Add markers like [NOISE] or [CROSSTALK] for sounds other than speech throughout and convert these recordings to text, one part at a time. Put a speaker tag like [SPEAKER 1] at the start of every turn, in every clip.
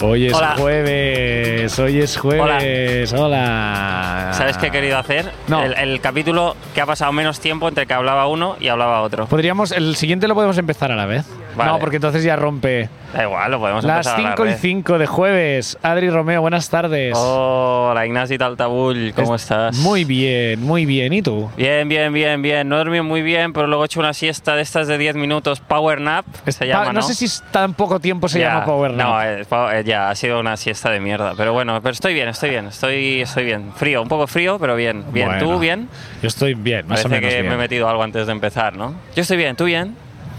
[SPEAKER 1] Hoy es
[SPEAKER 2] Hola.
[SPEAKER 1] jueves, hoy es jueves, hola.
[SPEAKER 2] ¿Sabes qué he querido hacer?
[SPEAKER 1] Ah. No.
[SPEAKER 2] El, el capítulo que ha pasado menos tiempo entre que hablaba uno y hablaba otro.
[SPEAKER 1] Podríamos, el siguiente lo podemos empezar a la vez.
[SPEAKER 2] Vale.
[SPEAKER 1] No, porque entonces ya rompe.
[SPEAKER 2] Da igual, lo podemos
[SPEAKER 1] Las
[SPEAKER 2] empezar a eh.
[SPEAKER 1] 5 y 5 de jueves. Adri Romeo, buenas tardes.
[SPEAKER 2] Hola, Ignasi Taltabull, Oh, ¿cómo
[SPEAKER 1] Es-
[SPEAKER 2] estás?
[SPEAKER 1] Muy bien, muy bien. ¿Y tú?
[SPEAKER 2] Bien, bien, bien, bien. No he dormido muy bien, pero luego he hecho una siesta de estas de 10 minutos, power nap, se
[SPEAKER 1] Pa-
[SPEAKER 2] llama, ¿no?
[SPEAKER 1] sé si es tan poco tiempo se
[SPEAKER 2] Ya.
[SPEAKER 1] llama Power Nap.
[SPEAKER 2] No, eh, po- eh, ya, ha sido una siesta de mierda. Pero bueno, pero estoy bien, estoy bien, estoy, estoy bien. Frío, un poco frío, pero bien. Bien,
[SPEAKER 1] Bueno.
[SPEAKER 2] ¿tú bien?
[SPEAKER 1] Yo estoy bien, más
[SPEAKER 2] Parece
[SPEAKER 1] o menos
[SPEAKER 2] que
[SPEAKER 1] bien.
[SPEAKER 2] me he metido algo antes de empezar, ¿no? Yo estoy bien, ¿tú bien?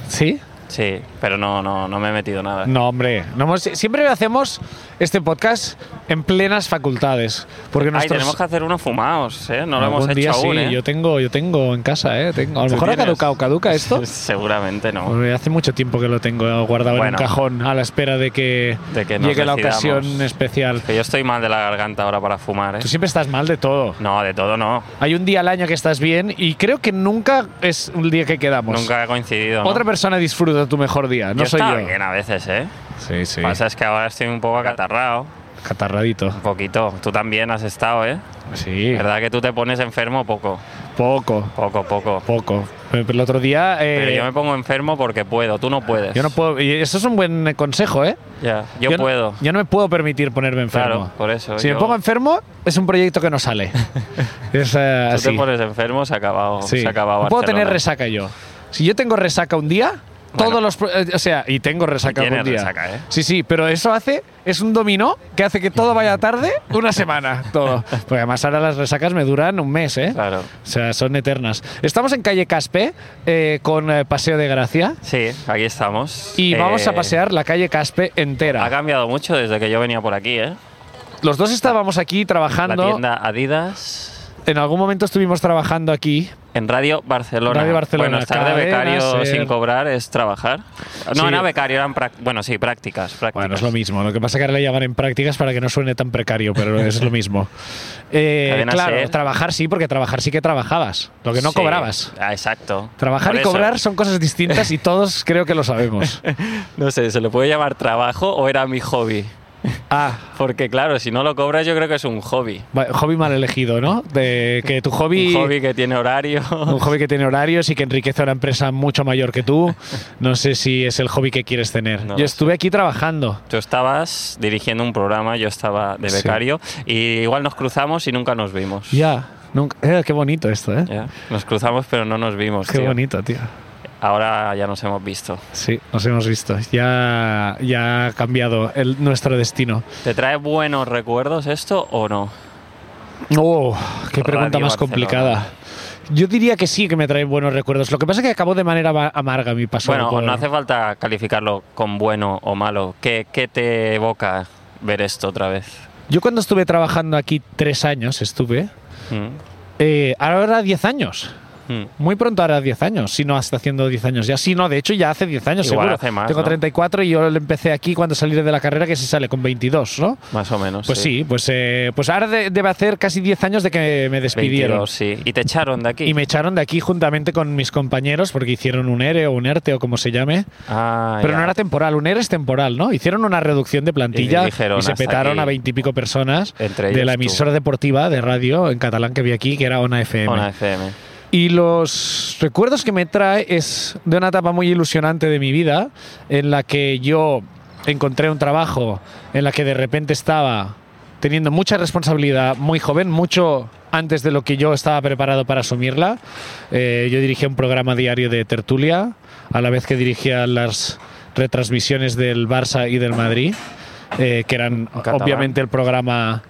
[SPEAKER 1] ¿Sí?
[SPEAKER 2] Sí, pero no, no, no me he metido nada.
[SPEAKER 1] No, hombre. No hemos- siempre hacemos este podcast en plenas facultades. Porque
[SPEAKER 2] Ay,
[SPEAKER 1] nuestros,
[SPEAKER 2] tenemos que hacer uno fumados, ¿eh? No lo hemos
[SPEAKER 1] Algún
[SPEAKER 2] hecho
[SPEAKER 1] día
[SPEAKER 2] aún,
[SPEAKER 1] sí,
[SPEAKER 2] ¿eh?
[SPEAKER 1] yo tengo, yo tengo en casa, ¿eh? Tengo. A lo
[SPEAKER 2] ¿Tú
[SPEAKER 1] mejor ha
[SPEAKER 2] tienes?
[SPEAKER 1] caducado, caduca esto.
[SPEAKER 2] [LAUGHS]
[SPEAKER 1] Pues-
[SPEAKER 2] Seguramente no.
[SPEAKER 1] Hombre, hace mucho tiempo que lo tengo guardado en
[SPEAKER 2] Bueno.
[SPEAKER 1] un cajón a la espera de que,
[SPEAKER 2] De que nos
[SPEAKER 1] llegue la
[SPEAKER 2] decidamos.
[SPEAKER 1] ocasión especial.
[SPEAKER 2] Que yo estoy mal de la garganta ahora para fumar, ¿eh?
[SPEAKER 1] Tú siempre estás mal de todo.
[SPEAKER 2] No, de todo no.
[SPEAKER 1] Hay un día al año que estás bien y creo que nunca es un día que quedamos.
[SPEAKER 2] Nunca he coincidido. ¿no?
[SPEAKER 1] Pues Otra persona disfruta tu mejor día, no
[SPEAKER 2] yo
[SPEAKER 1] soy
[SPEAKER 2] estaba
[SPEAKER 1] yo.
[SPEAKER 2] bien a veces, ¿eh?
[SPEAKER 1] Sí, sí.
[SPEAKER 2] Pasa es que ahora estoy un poco acatarrado.
[SPEAKER 1] Catarradito.
[SPEAKER 2] Un poquito. Tú también has estado, ¿eh?
[SPEAKER 1] Sí.
[SPEAKER 2] ¿Verdad que tú te pones enfermo poco?
[SPEAKER 1] Poco,
[SPEAKER 2] Poco, poco.
[SPEAKER 1] poco. Pero el otro día. eh,
[SPEAKER 2] Pero yo me pongo enfermo porque puedo. Tú no puedes.
[SPEAKER 1] yo no puedo. Y eso es un buen consejo, ¿eh?
[SPEAKER 2] Ya, Yo,
[SPEAKER 1] no-
[SPEAKER 2] puedo.
[SPEAKER 1] yo no me puedo permitir ponerme enfermo.
[SPEAKER 2] Claro, por eso.
[SPEAKER 1] Si me
[SPEAKER 2] yo-
[SPEAKER 1] pongo enfermo, es un proyecto que no
[SPEAKER 2] [LAUGHS]
[SPEAKER 1] sale. es eh,
[SPEAKER 2] Tú te
[SPEAKER 1] así.
[SPEAKER 2] pones enfermo, se ha acabado.
[SPEAKER 1] Sí.
[SPEAKER 2] Se ha acabado
[SPEAKER 1] No puedo tener
[SPEAKER 2] Barcelona.
[SPEAKER 1] resaca yo. Si yo tengo resaca un día,
[SPEAKER 2] Bueno.
[SPEAKER 1] todos los. pro- eh, O sea, y tengo resaca
[SPEAKER 2] Y tienes
[SPEAKER 1] algún día.
[SPEAKER 2] resaca, ¿eh?
[SPEAKER 1] Sí, sí, pero eso hace. Es un dominó que hace que todo vaya tarde una semana. [LAUGHS] Todo. Porque además ahora las resacas me duran un mes, ¿eh?
[SPEAKER 2] Claro.
[SPEAKER 1] O sea, son eternas. Estamos en calle Caspe eh, con eh, Paseo de Gracia
[SPEAKER 2] Sí, aquí estamos.
[SPEAKER 1] y
[SPEAKER 2] Eh,
[SPEAKER 1] vamos a pasear la calle Caspe entera.
[SPEAKER 2] Ha cambiado mucho desde que yo venía por aquí, ¿eh?
[SPEAKER 1] Los dos estábamos aquí
[SPEAKER 2] La
[SPEAKER 1] trabajando.
[SPEAKER 2] tienda Adidas
[SPEAKER 1] En algún momento estuvimos trabajando aquí
[SPEAKER 2] en Radio Barcelona.
[SPEAKER 1] Radio Barcelona,
[SPEAKER 2] Bueno, estar de
[SPEAKER 1] cadena,
[SPEAKER 2] becario
[SPEAKER 1] ser-
[SPEAKER 2] sin cobrar es trabajar. No,
[SPEAKER 1] Sí.
[SPEAKER 2] no era becario, eran práct- bueno, sí, prácticas, prácticas.
[SPEAKER 1] Bueno, es lo mismo. Lo que pasa es que ahora le llaman en prácticas para que no suene tan precario, pero es lo
[SPEAKER 2] [LAUGHS]
[SPEAKER 1] mismo. Eh,
[SPEAKER 2] Cadena
[SPEAKER 1] claro,
[SPEAKER 2] Ser.
[SPEAKER 1] trabajar sí, porque trabajar sí que trabajabas. Lo que no
[SPEAKER 2] Sí.
[SPEAKER 1] cobrabas.
[SPEAKER 2] Ah, exacto.
[SPEAKER 1] Trabajar
[SPEAKER 2] Por
[SPEAKER 1] y
[SPEAKER 2] eso.
[SPEAKER 1] cobrar son cosas distintas y
[SPEAKER 2] [LAUGHS]
[SPEAKER 1] todos creo que lo sabemos.
[SPEAKER 2] No sé, ¿se lo puede llamar trabajo o era mi hobby?
[SPEAKER 1] Ah,
[SPEAKER 2] Porque claro, si no lo cobras, yo creo que es un hobby.
[SPEAKER 1] va- hobby mal elegido, ¿no? De que tu hobby,
[SPEAKER 2] Un hobby que tiene horario.
[SPEAKER 1] [LAUGHS] un hobby que tiene horarios y que enriquece a una empresa mucho mayor que
[SPEAKER 2] [LAUGHS]
[SPEAKER 1] tú. No sé si es el hobby que quieres tener.
[SPEAKER 2] No
[SPEAKER 1] Yo
[SPEAKER 2] lo
[SPEAKER 1] estuve aquí trabajando.
[SPEAKER 2] Tú estabas dirigiendo un programa, yo estaba de
[SPEAKER 1] Sí.
[SPEAKER 2] becario y igual nos cruzamos y nunca nos vimos.
[SPEAKER 1] Ya. Nunca, eh, qué bonito esto, ¿eh?
[SPEAKER 2] Ya. Nos cruzamos pero no nos vimos.
[SPEAKER 1] Qué
[SPEAKER 2] tío.
[SPEAKER 1] bonito, tío.
[SPEAKER 2] Ahora ya nos hemos visto.
[SPEAKER 1] Sí, nos hemos visto. Ya, ya ha cambiado el, nuestro destino.
[SPEAKER 2] ¿Te trae buenos recuerdos esto o no?
[SPEAKER 1] Oh, qué
[SPEAKER 2] Radio
[SPEAKER 1] pregunta más
[SPEAKER 2] Barcelona.
[SPEAKER 1] complicada. Yo diría que sí que me trae buenos recuerdos. Lo que pasa es que acabó de manera ama- amarga mi paso.
[SPEAKER 2] Bueno,
[SPEAKER 1] por-
[SPEAKER 2] no hace falta calificarlo con bueno o malo. ¿Qué, qué te evoca ver esto otra vez?
[SPEAKER 1] Yo cuando estuve trabajando aquí tres años, estuve.
[SPEAKER 2] Mm,
[SPEAKER 1] eh, ahora 10 años.
[SPEAKER 2] mm.
[SPEAKER 1] Muy pronto hará 10 años, si no está haciendo 10 años ya. Si no, de hecho ya hace 10 años
[SPEAKER 2] Igual
[SPEAKER 1] seguro.
[SPEAKER 2] hace más,
[SPEAKER 1] Tengo
[SPEAKER 2] ¿no?
[SPEAKER 1] 34 y yo lo empecé aquí cuando salí de la carrera, que se sale con 22, ¿no?
[SPEAKER 2] Más o menos.
[SPEAKER 1] Pues sí, pues, eh, pues ahora de- debe hacer casi 10 años de que me despidieron.
[SPEAKER 2] 22, sí. Y te echaron de aquí.
[SPEAKER 1] Y me echaron de aquí juntamente con mis compañeros porque hicieron un ERE o un ERTE o como se llame.
[SPEAKER 2] Ah,
[SPEAKER 1] Pero
[SPEAKER 2] ya.
[SPEAKER 1] no era temporal, un ERE es temporal, ¿no? Hicieron una reducción de plantilla
[SPEAKER 2] Y
[SPEAKER 1] y,
[SPEAKER 2] dijeron,
[SPEAKER 1] se
[SPEAKER 2] "Hasta
[SPEAKER 1] petaron
[SPEAKER 2] aquí".
[SPEAKER 1] a veintipico personas
[SPEAKER 2] Entre
[SPEAKER 1] de
[SPEAKER 2] ellos
[SPEAKER 1] la
[SPEAKER 2] tú.
[SPEAKER 1] emisora deportiva de radio en catalán que vi aquí, que era ONA FM.
[SPEAKER 2] Una FM.
[SPEAKER 1] Y los recuerdos que me trae es de una etapa muy ilusionante de mi vida, en la que yo encontré un trabajo, en la que de repente estaba teniendo mucha responsabilidad, muy joven, mucho antes de lo que yo estaba preparado para asumirla. Eh, yo dirigía un programa diario de tertulia, a la vez que dirigía las retransmisiones del Barça y del Madrid, eh, que eran
[SPEAKER 2] Catalán.
[SPEAKER 1] obviamente el programa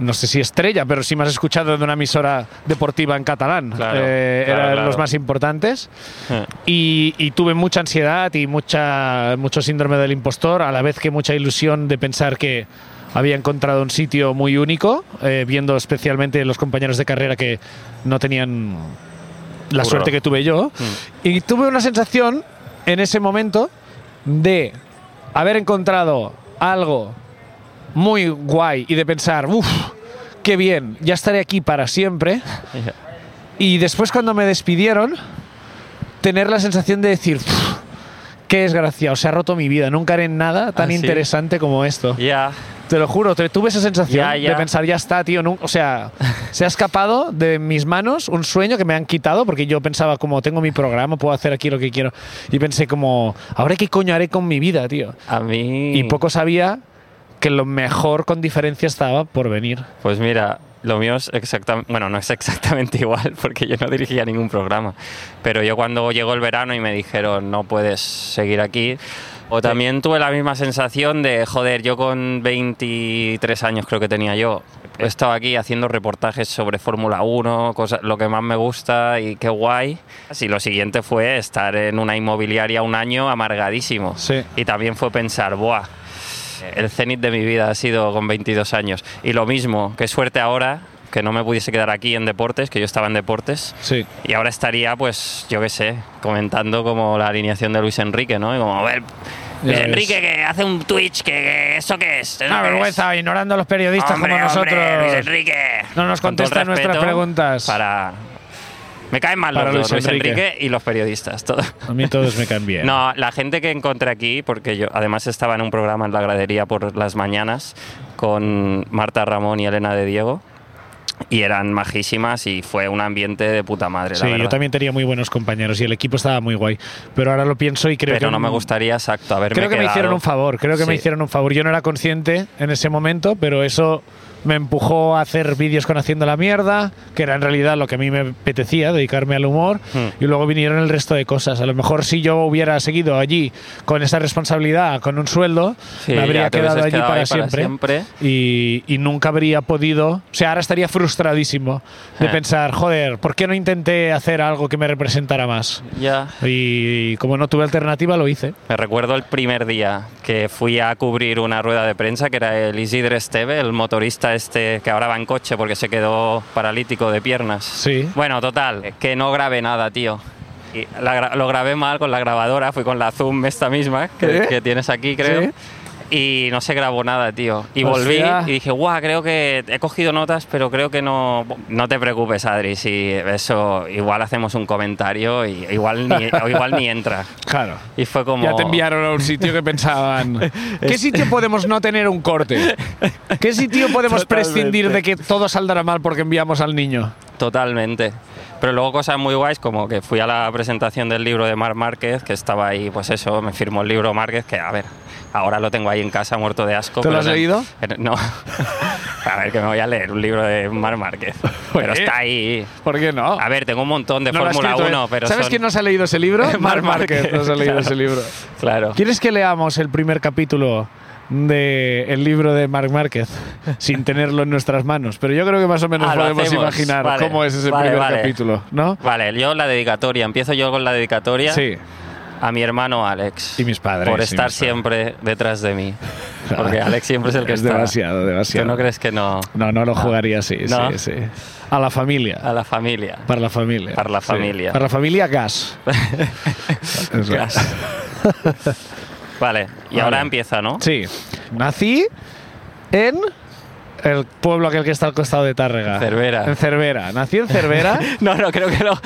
[SPEAKER 1] no sé si estrella, pero sí más escuchado de una emisora deportiva en catalán.
[SPEAKER 2] Claro,
[SPEAKER 1] Eh,
[SPEAKER 2] claro,
[SPEAKER 1] eran
[SPEAKER 2] claro.
[SPEAKER 1] los más importantes.
[SPEAKER 2] Eh.
[SPEAKER 1] Y, y tuve mucha ansiedad y mucha, mucho síndrome del impostor, a la vez que mucha ilusión de pensar que había encontrado un sitio muy único, eh, viendo especialmente los compañeros de carrera que no tenían la
[SPEAKER 2] Curro.
[SPEAKER 1] suerte que tuve yo. Y tuve una sensación en ese momento de haber encontrado algo muy guay y de pensar, uff, qué bien, ya estaré aquí para siempre. Y después cuando me despidieron, tener la sensación de decir, "Uf, qué desgraciado, se ha roto mi vida, nunca haré nada tan
[SPEAKER 2] Ah, ¿sí?
[SPEAKER 1] interesante como esto.
[SPEAKER 2] [LAUGHS] Ya,
[SPEAKER 1] Te lo juro, te- tuve esa sensación
[SPEAKER 2] Ya, ya.
[SPEAKER 1] de pensar, ya está, tío, nun- o
[SPEAKER 2] [LAUGHS]
[SPEAKER 1] sea, se ha escapado de mis manos un sueño que me han quitado porque yo pensaba como tengo mi programa, puedo hacer aquí lo que quiero. Y pensé como, ahora qué coño haré con mi vida, tío.
[SPEAKER 2] a mí.
[SPEAKER 1] Y poco sabía que lo mejor con diferencia estaba por venir.
[SPEAKER 2] Pues mira, lo mío es exactamente, bueno, no es exactamente [LAUGHS] igual porque yo no dirigía ningún programa, pero yo cuando llegó el verano y me dijeron no puedes seguir aquí, o también tuve la misma sensación de, joder, yo con 23 años creo que tenía yo, he estado aquí haciendo reportajes sobre Fórmula 1, cosas, lo que más me gusta y qué guay. Así lo siguiente fue estar en una inmobiliaria un año amargadísimo.
[SPEAKER 1] Sí.
[SPEAKER 2] Y también fue pensar, buah, el cenit de mi vida ha sido con 22 años. Y lo mismo, qué suerte ahora que no me pudiese quedar aquí en deportes, que yo estaba en deportes.
[SPEAKER 1] Sí.
[SPEAKER 2] Y ahora estaría, pues, yo qué sé, comentando como la alineación de Luis Enrique, ¿no? Y como, a ver, Luis
[SPEAKER 1] ves.
[SPEAKER 2] Enrique que hace un Twitch, que, que ¿eso qué es? ¿Eso
[SPEAKER 1] Una
[SPEAKER 2] qué es?
[SPEAKER 1] vergüenza, ignorando a los periodistas
[SPEAKER 2] Hombre,
[SPEAKER 1] como
[SPEAKER 2] hombre,
[SPEAKER 1] nosotros.
[SPEAKER 2] Luis Enrique.
[SPEAKER 1] No nos
[SPEAKER 2] Con todo el
[SPEAKER 1] contesta nuestras
[SPEAKER 2] respeto
[SPEAKER 1] preguntas.
[SPEAKER 2] Para... Me caen mal los
[SPEAKER 1] Para Luis
[SPEAKER 2] dos, Luis Enrique.
[SPEAKER 1] Enrique
[SPEAKER 2] y los periodistas. Todo.
[SPEAKER 1] A mí todos me cambian.
[SPEAKER 2] No, la gente que encontré aquí, porque yo además estaba en un programa en la gradería por las mañanas con Marta Ramón y Elena de Diego. Y eran majísimas y fue un ambiente de puta madre, la
[SPEAKER 1] Sí,
[SPEAKER 2] verdad.
[SPEAKER 1] yo también tenía muy buenos compañeros y el equipo estaba muy guay. Pero ahora lo pienso y creo
[SPEAKER 2] Pero
[SPEAKER 1] que.
[SPEAKER 2] no me gustaría, exacto, haberme
[SPEAKER 1] Creo que me
[SPEAKER 2] quedado.
[SPEAKER 1] hicieron un favor, creo que me
[SPEAKER 2] Sí.
[SPEAKER 1] hicieron un favor. Yo no era consciente en ese momento, pero eso me empujó a hacer vídeos con Haciendo la Mierda, que era en realidad lo que a mí me apetecía, dedicarme al humor,
[SPEAKER 2] Hmm.
[SPEAKER 1] y luego vinieron el resto de cosas. A lo mejor si yo hubiera seguido allí con esa responsabilidad, con un sueldo,
[SPEAKER 2] Sí,
[SPEAKER 1] me habría
[SPEAKER 2] ya te
[SPEAKER 1] quedado
[SPEAKER 2] hubieses
[SPEAKER 1] allí
[SPEAKER 2] quedado
[SPEAKER 1] para,
[SPEAKER 2] ahí para
[SPEAKER 1] siempre.
[SPEAKER 2] siempre.
[SPEAKER 1] Y, y nunca habría podido, o sea, ahora estaría frustradísimo de
[SPEAKER 2] Eh.
[SPEAKER 1] pensar, joder, ¿por qué no intenté hacer algo que me representara más?
[SPEAKER 2] Ya.
[SPEAKER 1] Y como no tuve alternativa, lo hice.
[SPEAKER 2] Me recuerdo el primer día que fui a cubrir una rueda de prensa, que era el Isidre Esteve, el motorista este que ahora va en coche porque se quedó paralítico de piernas.
[SPEAKER 1] Sí.
[SPEAKER 2] Bueno, total, que no grabé nada, tío. Y la gra- lo grabé mal con la grabadora, fui con la Zoom esta misma que,
[SPEAKER 1] ¿Eh?
[SPEAKER 2] que tienes aquí, creo.
[SPEAKER 1] Sí.
[SPEAKER 2] Y no se grabó nada, tío. Y volví
[SPEAKER 1] Hostia.
[SPEAKER 2] y dije, guau, creo que he cogido notas, pero creo que no. No te preocupes, Adri, si eso igual hacemos un comentario y igual ni, o igual
[SPEAKER 1] [LAUGHS]
[SPEAKER 2] ni entra.
[SPEAKER 1] Claro.
[SPEAKER 2] Y fue como.
[SPEAKER 1] Ya te enviaron a un sitio que
[SPEAKER 2] [LAUGHS]
[SPEAKER 1] pensaban, ¿qué sitio podemos no tener un corte? ¿Qué sitio podemos
[SPEAKER 2] Totalmente.
[SPEAKER 1] prescindir de que todo saldrá mal porque enviamos al niño?
[SPEAKER 2] Totalmente. Pero luego cosas muy guays, como que fui a la presentación del libro de Mar Márquez, que estaba ahí, pues eso, me firmó el libro Márquez, que a ver, ahora lo tengo ahí en casa muerto de asco.
[SPEAKER 1] ¿Te lo
[SPEAKER 2] pero
[SPEAKER 1] has
[SPEAKER 2] en-
[SPEAKER 1] leído?
[SPEAKER 2] en- no. [LAUGHS] a ver, que me voy a leer un libro de Mar Márquez. Pero
[SPEAKER 1] Oye.
[SPEAKER 2] está ahí.
[SPEAKER 1] ¿Por qué no?
[SPEAKER 2] A ver, tengo un montón de
[SPEAKER 1] Pues, No lo ha
[SPEAKER 2] Fórmula
[SPEAKER 1] escrito él.
[SPEAKER 2] 1, pero
[SPEAKER 1] ¿Sabes
[SPEAKER 2] son-
[SPEAKER 1] quién nos ha leído ese
[SPEAKER 2] [LAUGHS]
[SPEAKER 1] libro?
[SPEAKER 2] Marc Márquez,
[SPEAKER 1] nos ha leído
[SPEAKER 2] claro.
[SPEAKER 1] ese libro.
[SPEAKER 2] Claro.
[SPEAKER 1] ¿Quieres que leamos el primer capítulo del libro de Marc Márquez sin tenerlo en nuestras manos? Pero yo creo que más o menos
[SPEAKER 2] Ah, lo
[SPEAKER 1] podemos
[SPEAKER 2] hacemos.
[SPEAKER 1] imaginar
[SPEAKER 2] Vale,
[SPEAKER 1] cómo es ese
[SPEAKER 2] vale,
[SPEAKER 1] primer
[SPEAKER 2] vale.
[SPEAKER 1] capítulo, ¿no?
[SPEAKER 2] Vale, yo la dedicatoria. Empiezo yo con la dedicatoria
[SPEAKER 1] Sí.
[SPEAKER 2] a mi hermano Alex.
[SPEAKER 1] Y mis padres,
[SPEAKER 2] Por
[SPEAKER 1] y
[SPEAKER 2] estar
[SPEAKER 1] mis padres.
[SPEAKER 2] siempre detrás
[SPEAKER 1] [LAUGHS]
[SPEAKER 2] de mí. Porque Alex siempre es el que
[SPEAKER 1] es
[SPEAKER 2] está.
[SPEAKER 1] demasiado,
[SPEAKER 2] ¿Tú
[SPEAKER 1] demasiado.
[SPEAKER 2] no crees que no?
[SPEAKER 1] No, no lo jugaría así,
[SPEAKER 2] Ah. No.
[SPEAKER 1] sí, sí. A la familia.
[SPEAKER 2] A
[SPEAKER 1] [LAUGHS]
[SPEAKER 2] la familia.
[SPEAKER 1] Para la familia.
[SPEAKER 2] Para la
[SPEAKER 1] Sí.
[SPEAKER 2] familia.
[SPEAKER 1] Para la familia,
[SPEAKER 2] [LAUGHS]
[SPEAKER 1] gas. Eso.
[SPEAKER 2] Gas. Vale, y
[SPEAKER 1] Vale.
[SPEAKER 2] ahora empieza, ¿no?
[SPEAKER 1] Sí. Nací en el pueblo aquel que está al costado de Tárrega.
[SPEAKER 2] Cervera.
[SPEAKER 1] En Cervera. Nací en
[SPEAKER 2] [LAUGHS]
[SPEAKER 1] Cervera.
[SPEAKER 2] No, no, creo que lo, lo,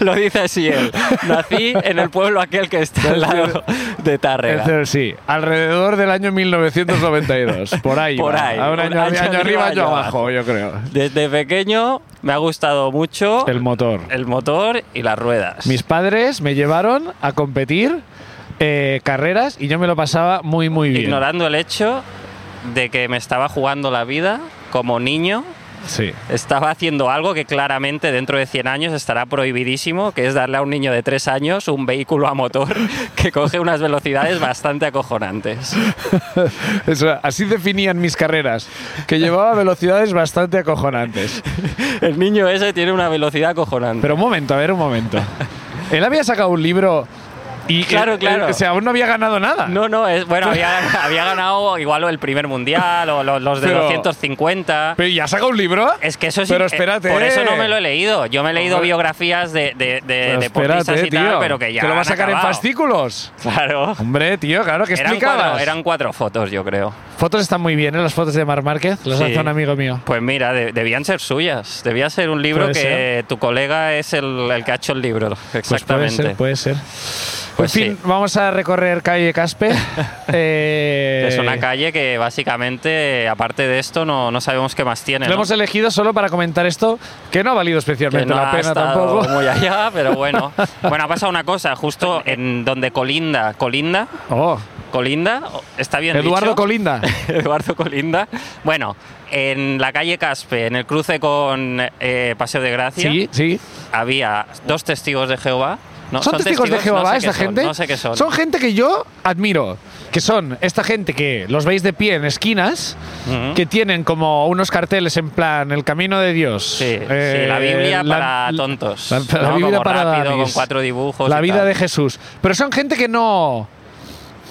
[SPEAKER 2] lo dice así él. Nací en el pueblo aquel que está al lado de
[SPEAKER 1] en
[SPEAKER 2] Tárrega.
[SPEAKER 1] Cer- sí. Alrededor del año 1992. Por ahí.
[SPEAKER 2] Por
[SPEAKER 1] va.
[SPEAKER 2] ahí.
[SPEAKER 1] A un
[SPEAKER 2] Un
[SPEAKER 1] año,
[SPEAKER 2] año
[SPEAKER 1] año arriba,
[SPEAKER 2] arriba,
[SPEAKER 1] año
[SPEAKER 2] año
[SPEAKER 1] abajo, yo creo.
[SPEAKER 2] Desde pequeño me ha gustado mucho
[SPEAKER 1] El
[SPEAKER 2] el,
[SPEAKER 1] motor.
[SPEAKER 2] motor y las ruedas.
[SPEAKER 1] Mis padres me llevaron a competir eh, carreras y yo me lo pasaba muy, muy bien.
[SPEAKER 2] Ignorando el hecho de que me estaba jugando la vida como niño
[SPEAKER 1] Sí.
[SPEAKER 2] Estaba haciendo algo que claramente dentro de 100 años estará prohibidísimo, que es darle a un niño de 3 años un vehículo a motor [LAUGHS] que coge unas velocidades bastante acojonantes.
[SPEAKER 1] Eso, así definían mis carreras, que llevaba velocidades bastante acojonantes.
[SPEAKER 2] El niño ese tiene una velocidad acojonante.
[SPEAKER 1] Pero un momento, a ver, un momento. Él había sacado un libro y
[SPEAKER 2] Claro,
[SPEAKER 1] él-
[SPEAKER 2] claro.
[SPEAKER 1] él- o sea, aún no había ganado nada.
[SPEAKER 2] No, no, es, bueno, había, había ganado igual el primer mundial o los, los de
[SPEAKER 1] Pero-
[SPEAKER 2] 250.
[SPEAKER 1] Pero ya saca un libro.
[SPEAKER 2] Es que eso es.
[SPEAKER 1] Pero
[SPEAKER 2] eh,
[SPEAKER 1] espérate.
[SPEAKER 2] Por eso no me lo he leído. Yo me he leído
[SPEAKER 1] Hombre.
[SPEAKER 2] biografías de, de, de-
[SPEAKER 1] Pero
[SPEAKER 2] deportistas
[SPEAKER 1] espérate,
[SPEAKER 2] y tal,
[SPEAKER 1] tío,
[SPEAKER 2] pero que ya.
[SPEAKER 1] Te lo va a
[SPEAKER 2] han
[SPEAKER 1] sacar en
[SPEAKER 2] acabado.
[SPEAKER 1] fascículos.
[SPEAKER 2] Claro.
[SPEAKER 1] Hombre, tío, claro, que
[SPEAKER 2] Eran cuatro,
[SPEAKER 1] explicabas.
[SPEAKER 2] eran cuatro fotos, yo creo.
[SPEAKER 1] Fotos están muy bien, ¿eh? Las fotos de Mar Márquez. Las
[SPEAKER 2] Sí.
[SPEAKER 1] hace un amigo mío.
[SPEAKER 2] Pues mira, de- debían ser suyas. Debía ser un libro
[SPEAKER 1] Puede
[SPEAKER 2] que
[SPEAKER 1] ser.
[SPEAKER 2] tu colega es el, el que ha hecho el libro. Exactamente.
[SPEAKER 1] Pues puede ser, puede ser.
[SPEAKER 2] Pues
[SPEAKER 1] en fin,
[SPEAKER 2] sí.
[SPEAKER 1] vamos a recorrer calle
[SPEAKER 2] [LAUGHS]
[SPEAKER 1] Caspe. Eh,
[SPEAKER 2] Es una calle que básicamente, aparte de esto, no, no sabemos qué más tiene.
[SPEAKER 1] Lo
[SPEAKER 2] ¿no?
[SPEAKER 1] hemos elegido solo para comentar esto, que no ha valido especialmente
[SPEAKER 2] que no
[SPEAKER 1] la
[SPEAKER 2] ha
[SPEAKER 1] pena
[SPEAKER 2] estado
[SPEAKER 1] tampoco.
[SPEAKER 2] muy allá, pero bueno. bueno, ha pasado una cosa, justo en donde colinda, colinda,
[SPEAKER 1] [LAUGHS] Oh,
[SPEAKER 2] colinda, está bien
[SPEAKER 1] Eduardo
[SPEAKER 2] dicho?
[SPEAKER 1] Colinda.
[SPEAKER 2] [LAUGHS] Eduardo Colinda. Bueno, en la calle Caspe, en el cruce con eh, Paseo de Gracia,
[SPEAKER 1] Sí, sí.
[SPEAKER 2] había dos testigos de Jehová. No,
[SPEAKER 1] ¿Son, testigos, de Jehová
[SPEAKER 2] no sé
[SPEAKER 1] esta
[SPEAKER 2] qué son,
[SPEAKER 1] gente?
[SPEAKER 2] No sé qué son.
[SPEAKER 1] gente que yo admiro, que son esta gente que los veis de pie en esquinas,
[SPEAKER 2] Ujú.
[SPEAKER 1] que tienen como unos carteles en plan el camino de Dios.
[SPEAKER 2] Sí, sí,
[SPEAKER 1] eh,
[SPEAKER 2] la Biblia para tontos.
[SPEAKER 1] La, la
[SPEAKER 2] ¿no?
[SPEAKER 1] Biblia
[SPEAKER 2] Como
[SPEAKER 1] para
[SPEAKER 2] rápido,
[SPEAKER 1] dadis.
[SPEAKER 2] con cuatro dibujos.
[SPEAKER 1] La
[SPEAKER 2] y
[SPEAKER 1] vida
[SPEAKER 2] tal.
[SPEAKER 1] de Jesús. Pero son gente que no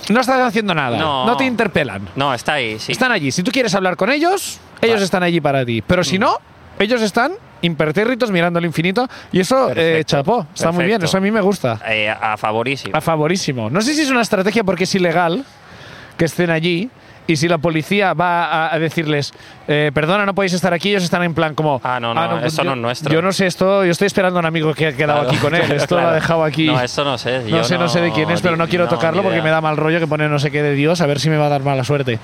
[SPEAKER 1] no están haciendo nada, no,
[SPEAKER 2] No.
[SPEAKER 1] te interpelan.
[SPEAKER 2] No, está ahí, sí.
[SPEAKER 1] Están allí. Si tú quieres hablar con ellos, ellos
[SPEAKER 2] Vale. Mm.
[SPEAKER 1] están allí para ti. Pero si no, ellos están impertérritos mirando al infinito y eso eh,
[SPEAKER 2] Perfecto.
[SPEAKER 1] chapó, está muy bien,
[SPEAKER 2] Perfecto.
[SPEAKER 1] eso a mí me gusta.
[SPEAKER 2] Eh, a favorísimo.
[SPEAKER 1] A favorísimo. No sé si es una estrategia porque es ilegal que estén allí y si la policía va a, a decirles, eh, perdona, no podéis estar aquí, ellos están en plan como...
[SPEAKER 2] Ah, no, no, eso
[SPEAKER 1] yo-
[SPEAKER 2] no es nuestro".
[SPEAKER 1] Yo no sé esto, yo estoy esperando a un amigo que ha quedado
[SPEAKER 2] Claro,
[SPEAKER 1] aquí
[SPEAKER 2] [LAUGHS]
[SPEAKER 1] con él,
[SPEAKER 2] claro,
[SPEAKER 1] esto lo
[SPEAKER 2] claro.
[SPEAKER 1] ha dejado aquí.
[SPEAKER 2] No, eso no sé.
[SPEAKER 1] No
[SPEAKER 2] yo
[SPEAKER 1] sé, no, sé de quién es, pero no
[SPEAKER 2] ni-
[SPEAKER 1] quiero tocarlo
[SPEAKER 2] ni
[SPEAKER 1] porque
[SPEAKER 2] idea.
[SPEAKER 1] me da mal rollo que pone no sé qué de Dios, a ver si me va a dar mala suerte. Yo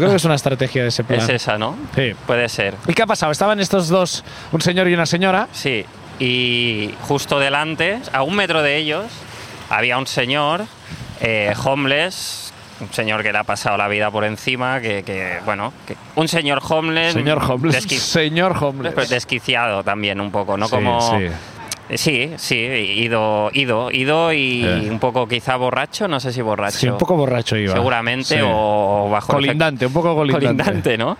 [SPEAKER 1] creo que es una estrategia de ese plan.
[SPEAKER 2] Es esa, ¿no?
[SPEAKER 1] Sí.
[SPEAKER 2] Puede ser.
[SPEAKER 1] ¿Y qué ha pasado? Estaban estos dos, un señor y una señora.
[SPEAKER 2] Sí, y justo delante, a un metro de ellos, había un señor, eh, homeless, un señor que le ha pasado la vida por encima, que, que, bueno, que- un señor homeless.
[SPEAKER 1] Señor homeless.
[SPEAKER 2] desqui-
[SPEAKER 1] Señor
[SPEAKER 2] pero
[SPEAKER 1] homeless.
[SPEAKER 2] desquiciado también un poco, Pues ¿no?
[SPEAKER 1] Sí,
[SPEAKER 2] Como,
[SPEAKER 1] sí.
[SPEAKER 2] Eh, Sí, sí, ido, ido, ido y
[SPEAKER 1] Eh.
[SPEAKER 2] un poco quizá borracho, no sé si borracho.
[SPEAKER 1] Sí, un poco borracho iba.
[SPEAKER 2] Seguramente,
[SPEAKER 1] Sí.
[SPEAKER 2] o bajo el efecto-
[SPEAKER 1] Colindante, un poco colindante.
[SPEAKER 2] colindante, ¿no?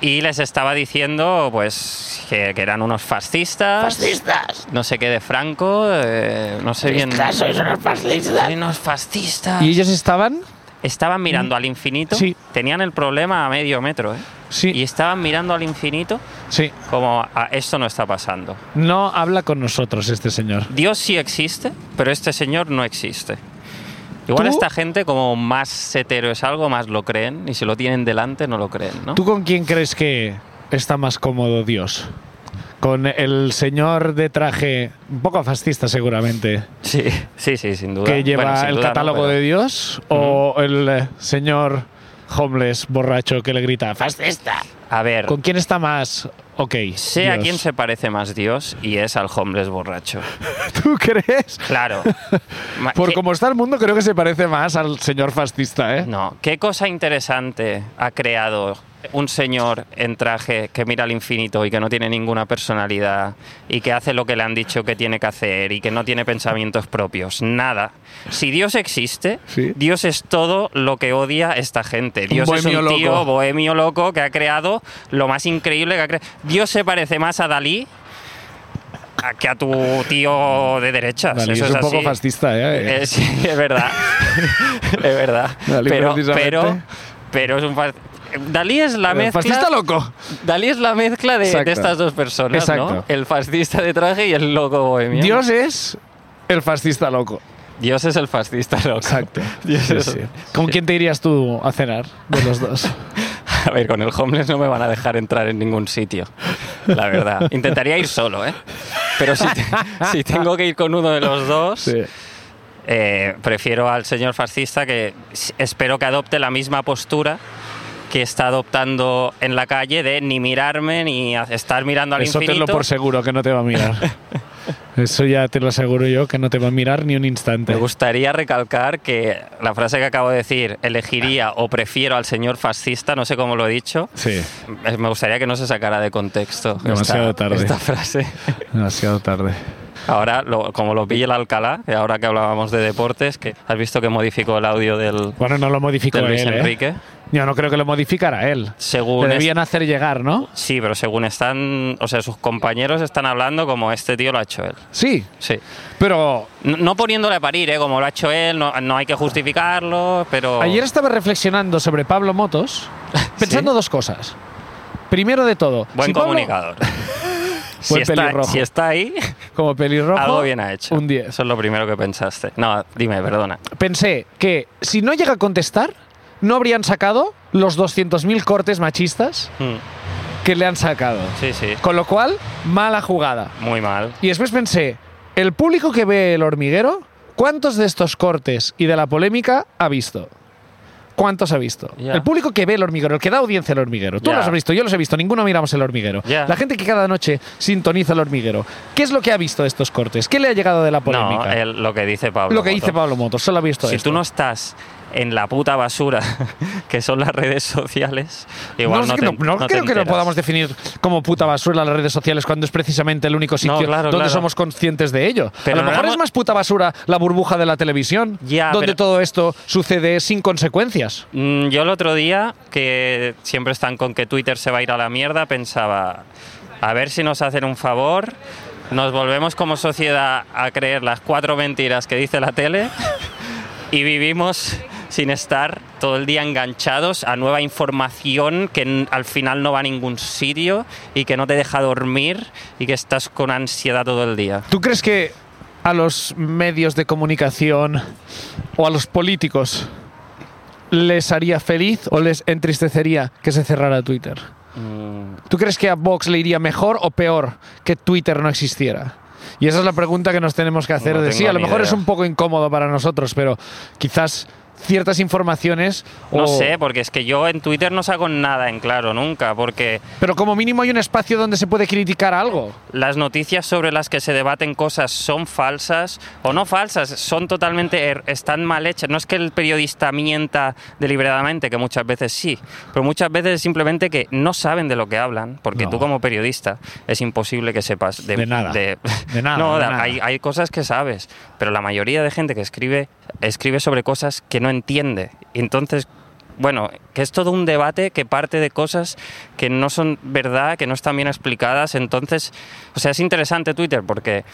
[SPEAKER 2] Y les estaba diciendo, pues, que, que eran unos fascistas.
[SPEAKER 3] Fascistas.
[SPEAKER 2] No sé qué de Franco, eh, no sé bien.
[SPEAKER 3] Fascistas, sois unos fascistas.
[SPEAKER 2] Sois unos fascistas.
[SPEAKER 1] ¿Y ellos estaban?
[SPEAKER 2] Estaban mirando al infinito.
[SPEAKER 1] Sí.
[SPEAKER 2] Tenían el problema a medio metro, ¿eh?
[SPEAKER 1] Sí.
[SPEAKER 2] Y estaban mirando al infinito
[SPEAKER 1] Sí.
[SPEAKER 2] como, "Ah, esto no está pasando.
[SPEAKER 1] No habla con nosotros este señor.
[SPEAKER 2] Dios sí existe, pero este señor no existe. Igual
[SPEAKER 1] ¿Tú?
[SPEAKER 2] esta gente, como más hetero es algo, más lo creen. Y si lo tienen delante, no lo creen, ¿no?
[SPEAKER 1] ¿Tú con quién crees que está más cómodo Dios? ¿Con el señor de traje, un poco fascista seguramente,
[SPEAKER 2] Sí, sí, sí, sin duda.
[SPEAKER 1] que lleva
[SPEAKER 2] Bueno, sin
[SPEAKER 1] el
[SPEAKER 2] duda no,
[SPEAKER 1] catálogo
[SPEAKER 2] pero-
[SPEAKER 1] de Dios? ¿O el eh, señor homeless borracho que le grita "Fas-"?
[SPEAKER 3] Fascista.
[SPEAKER 2] A ver,
[SPEAKER 1] ¿Con quién está más ok?
[SPEAKER 2] sé a
[SPEAKER 1] Dios?
[SPEAKER 2] quién se parece más Dios y es al homeless borracho.
[SPEAKER 1] [LAUGHS] ¿Tú crees? [LAUGHS]
[SPEAKER 2] Claro. Ma-
[SPEAKER 1] Por
[SPEAKER 2] ¿qué-
[SPEAKER 1] como está el mundo, creo que se parece más al señor fascista, ¿eh?
[SPEAKER 2] No, qué cosa interesante ha creado un señor en traje que mira al infinito y que no tiene ninguna personalidad y que hace lo que le han dicho que tiene que hacer y que no tiene pensamientos propios, nada. Si Dios existe,
[SPEAKER 1] Sí.
[SPEAKER 2] Dios es todo lo que odia esta gente. Dios es
[SPEAKER 1] bohemio
[SPEAKER 2] un tío
[SPEAKER 1] loco.
[SPEAKER 2] bohemio loco que ha creado lo más increíble que ha creado. Dios se parece más a Dalí a- que a tu tío de derechas.
[SPEAKER 1] Dalí
[SPEAKER 2] Eso
[SPEAKER 1] es
[SPEAKER 2] es,
[SPEAKER 1] un poco
[SPEAKER 2] así.
[SPEAKER 1] fascista, ¿eh?
[SPEAKER 2] Eh, sí,
[SPEAKER 1] [LAUGHS]
[SPEAKER 2] es verdad. es verdad.
[SPEAKER 1] Dalí,
[SPEAKER 2] pero,
[SPEAKER 1] precisamente.
[SPEAKER 2] pero, pero es un fas- Dalí es la
[SPEAKER 1] Eh,
[SPEAKER 2] mezcla.
[SPEAKER 1] fascista loco.
[SPEAKER 2] Dalí es la mezcla de, de
[SPEAKER 1] Exacto.
[SPEAKER 2] estas dos personas,
[SPEAKER 1] Exacto.
[SPEAKER 2] ¿no? El fascista de traje y el loco bohemio.
[SPEAKER 1] Dios es el fascista loco.
[SPEAKER 2] Dios es el fascista loco.
[SPEAKER 1] Exacto.
[SPEAKER 2] Dios
[SPEAKER 1] Sí,
[SPEAKER 2] es-
[SPEAKER 1] sí. ¿Con quién te irías tú a cenar de los
[SPEAKER 2] [LAUGHS]
[SPEAKER 1] dos?
[SPEAKER 2] [LAUGHS] A ver, con el homeless no me van a dejar entrar en ningún sitio, la verdad. Intentaría ir solo, ¿eh? Pero si, te- si tengo que ir con uno de
[SPEAKER 1] [LAUGHS]
[SPEAKER 2] los dos, Eh, prefiero al señor fascista que s- espero que adopte la misma postura que está adoptando en la calle de ni mirarme ni a- estar mirando al
[SPEAKER 1] Eso
[SPEAKER 2] infinito. [LAUGHS]
[SPEAKER 1] tenlo por seguro que no te va a mirar. Eso ya te lo aseguro yo, que no te va a mirar ni un instante.
[SPEAKER 2] Me gustaría recalcar que la frase que acabo de decir, elegiría o prefiero al señor fascista, no sé cómo lo he dicho,
[SPEAKER 1] Sí,
[SPEAKER 2] eh, me gustaría que no se sacara de contexto
[SPEAKER 1] Demasiado
[SPEAKER 2] esta,
[SPEAKER 1] tarde.
[SPEAKER 2] esta frase. [LAUGHS]
[SPEAKER 1] demasiado tarde.
[SPEAKER 2] Ahora, lo- como lo pille el Alcalá, y ahora que hablábamos de deportes, que has visto que modificó el audio del,
[SPEAKER 1] Bueno, no lo modificó
[SPEAKER 2] del
[SPEAKER 1] él,
[SPEAKER 2] Luis
[SPEAKER 1] ¿eh?
[SPEAKER 2] Enrique.
[SPEAKER 1] Yo no creo que lo modificara él.
[SPEAKER 2] Según
[SPEAKER 1] Le
[SPEAKER 2] es-
[SPEAKER 1] debían hacer llegar, ¿no?
[SPEAKER 2] Sí, pero según están, o sea, sus compañeros están hablando como este tío lo ha hecho él.
[SPEAKER 1] Sí,
[SPEAKER 2] Sí.
[SPEAKER 1] pero
[SPEAKER 2] No, no poniéndole a parir, ¿eh? como lo ha hecho él, no, no hay que justificarlo, pero...
[SPEAKER 1] Ayer estaba reflexionando sobre Pablo
[SPEAKER 2] [LAUGHS]
[SPEAKER 1] Motos, pensando dos cosas. Primero de todo,
[SPEAKER 2] Buen
[SPEAKER 1] si Pablo- [LAUGHS]
[SPEAKER 2] comunicador. si,
[SPEAKER 1] Buen
[SPEAKER 2] está,
[SPEAKER 1] pelirrojo.
[SPEAKER 2] si está ahí,
[SPEAKER 1] como pelirrojo,
[SPEAKER 2] algo bien ha hecho.
[SPEAKER 1] un 10.
[SPEAKER 2] Eso es lo primero que pensaste. No, dime, perdona.
[SPEAKER 1] Pensé que si no llega a contestar, no habrían sacado los 200.000 cortes machistas
[SPEAKER 2] Mm,
[SPEAKER 1] que le han sacado.
[SPEAKER 2] Sí, sí.
[SPEAKER 1] Con lo cual, mala jugada.
[SPEAKER 2] Muy mal.
[SPEAKER 1] Y después pensé, el público que ve el hormiguero, ¿cuántos de estos cortes y de la polémica ha visto? ¿Cuántos ha visto?
[SPEAKER 2] Ya.
[SPEAKER 1] El público que ve el hormiguero, el que da audiencia al hormiguero. Tú
[SPEAKER 2] Ya.
[SPEAKER 1] los has visto, yo los he visto, ninguno miramos el hormiguero.
[SPEAKER 2] Ya.
[SPEAKER 1] La gente que cada noche sintoniza el hormiguero. ¿Qué es lo que ha visto de estos cortes? ¿Qué le ha llegado de la polémica?
[SPEAKER 2] No, el- lo que dice Pablo.
[SPEAKER 1] lo que dice
[SPEAKER 2] Motos.
[SPEAKER 1] Pablo Motos, solo ha visto
[SPEAKER 2] Si
[SPEAKER 1] esto.
[SPEAKER 2] tú no estás en la puta basura [LAUGHS] que son las redes sociales, igual no,
[SPEAKER 1] No sé
[SPEAKER 2] te-
[SPEAKER 1] que no- no
[SPEAKER 2] no te
[SPEAKER 1] creo que lo
[SPEAKER 2] enteras.
[SPEAKER 1] podamos definir como puta basura las redes sociales cuando es precisamente el único sitio
[SPEAKER 2] claro,
[SPEAKER 1] donde
[SPEAKER 2] claro.
[SPEAKER 1] somos conscientes de ello.
[SPEAKER 2] Pero
[SPEAKER 1] a lo
[SPEAKER 2] no
[SPEAKER 1] mejor
[SPEAKER 2] éramos-
[SPEAKER 1] es más puta basura la burbuja de la televisión,
[SPEAKER 2] Ya,
[SPEAKER 1] donde
[SPEAKER 2] pero-
[SPEAKER 1] todo esto sucede sin consecuencias.
[SPEAKER 2] Mm, Yo el otro día, que siempre están con que Twitter se va a ir a la mierda, pensaba, a ver si nos hacen un favor, nos volvemos como sociedad a creer las cuatro mentiras que dice la tele y vivimos sin estar todo el día enganchados a nueva información que n- al final no va a ningún sitio y que no te deja dormir y que estás con ansiedad todo el día.
[SPEAKER 1] ¿Tú crees que a los medios de comunicación o a los políticos les haría feliz o les entristecería que se cerrara Twitter?
[SPEAKER 2] Mm,
[SPEAKER 1] ¿Tú crees que a Vox le iría mejor o peor que Twitter no existiera? Y esa es la pregunta que nos tenemos que hacer.
[SPEAKER 2] No
[SPEAKER 1] de
[SPEAKER 2] tengo
[SPEAKER 1] sí, a lo
[SPEAKER 2] ni
[SPEAKER 1] mejor
[SPEAKER 2] idea.
[SPEAKER 1] es un poco incómodo para nosotros, pero quizás ciertas informaciones.
[SPEAKER 2] No
[SPEAKER 1] o-
[SPEAKER 2] sé, porque es que yo en Twitter no saco nada en claro nunca, porque
[SPEAKER 1] Pero como mínimo hay un espacio donde se puede criticar algo.
[SPEAKER 2] las noticias sobre las que se debaten cosas son falsas o no falsas, son totalmente, er- están mal hechas. No es que el periodista mienta deliberadamente, que muchas veces sí, pero muchas veces es simplemente que no saben de lo que hablan, porque
[SPEAKER 1] No.
[SPEAKER 2] tú como periodista es imposible que sepas de,
[SPEAKER 1] De nada. De nada,
[SPEAKER 2] [LAUGHS] no,
[SPEAKER 1] de
[SPEAKER 2] da-
[SPEAKER 1] nada.
[SPEAKER 2] Hay, hay cosas que sabes, pero la mayoría de gente que escribe escribe sobre cosas que no entiende. Y Entonces, bueno, que es todo un debate que parte de cosas que no son verdad, que no están bien explicadas. Entonces, o sea, es interesante Twitter porque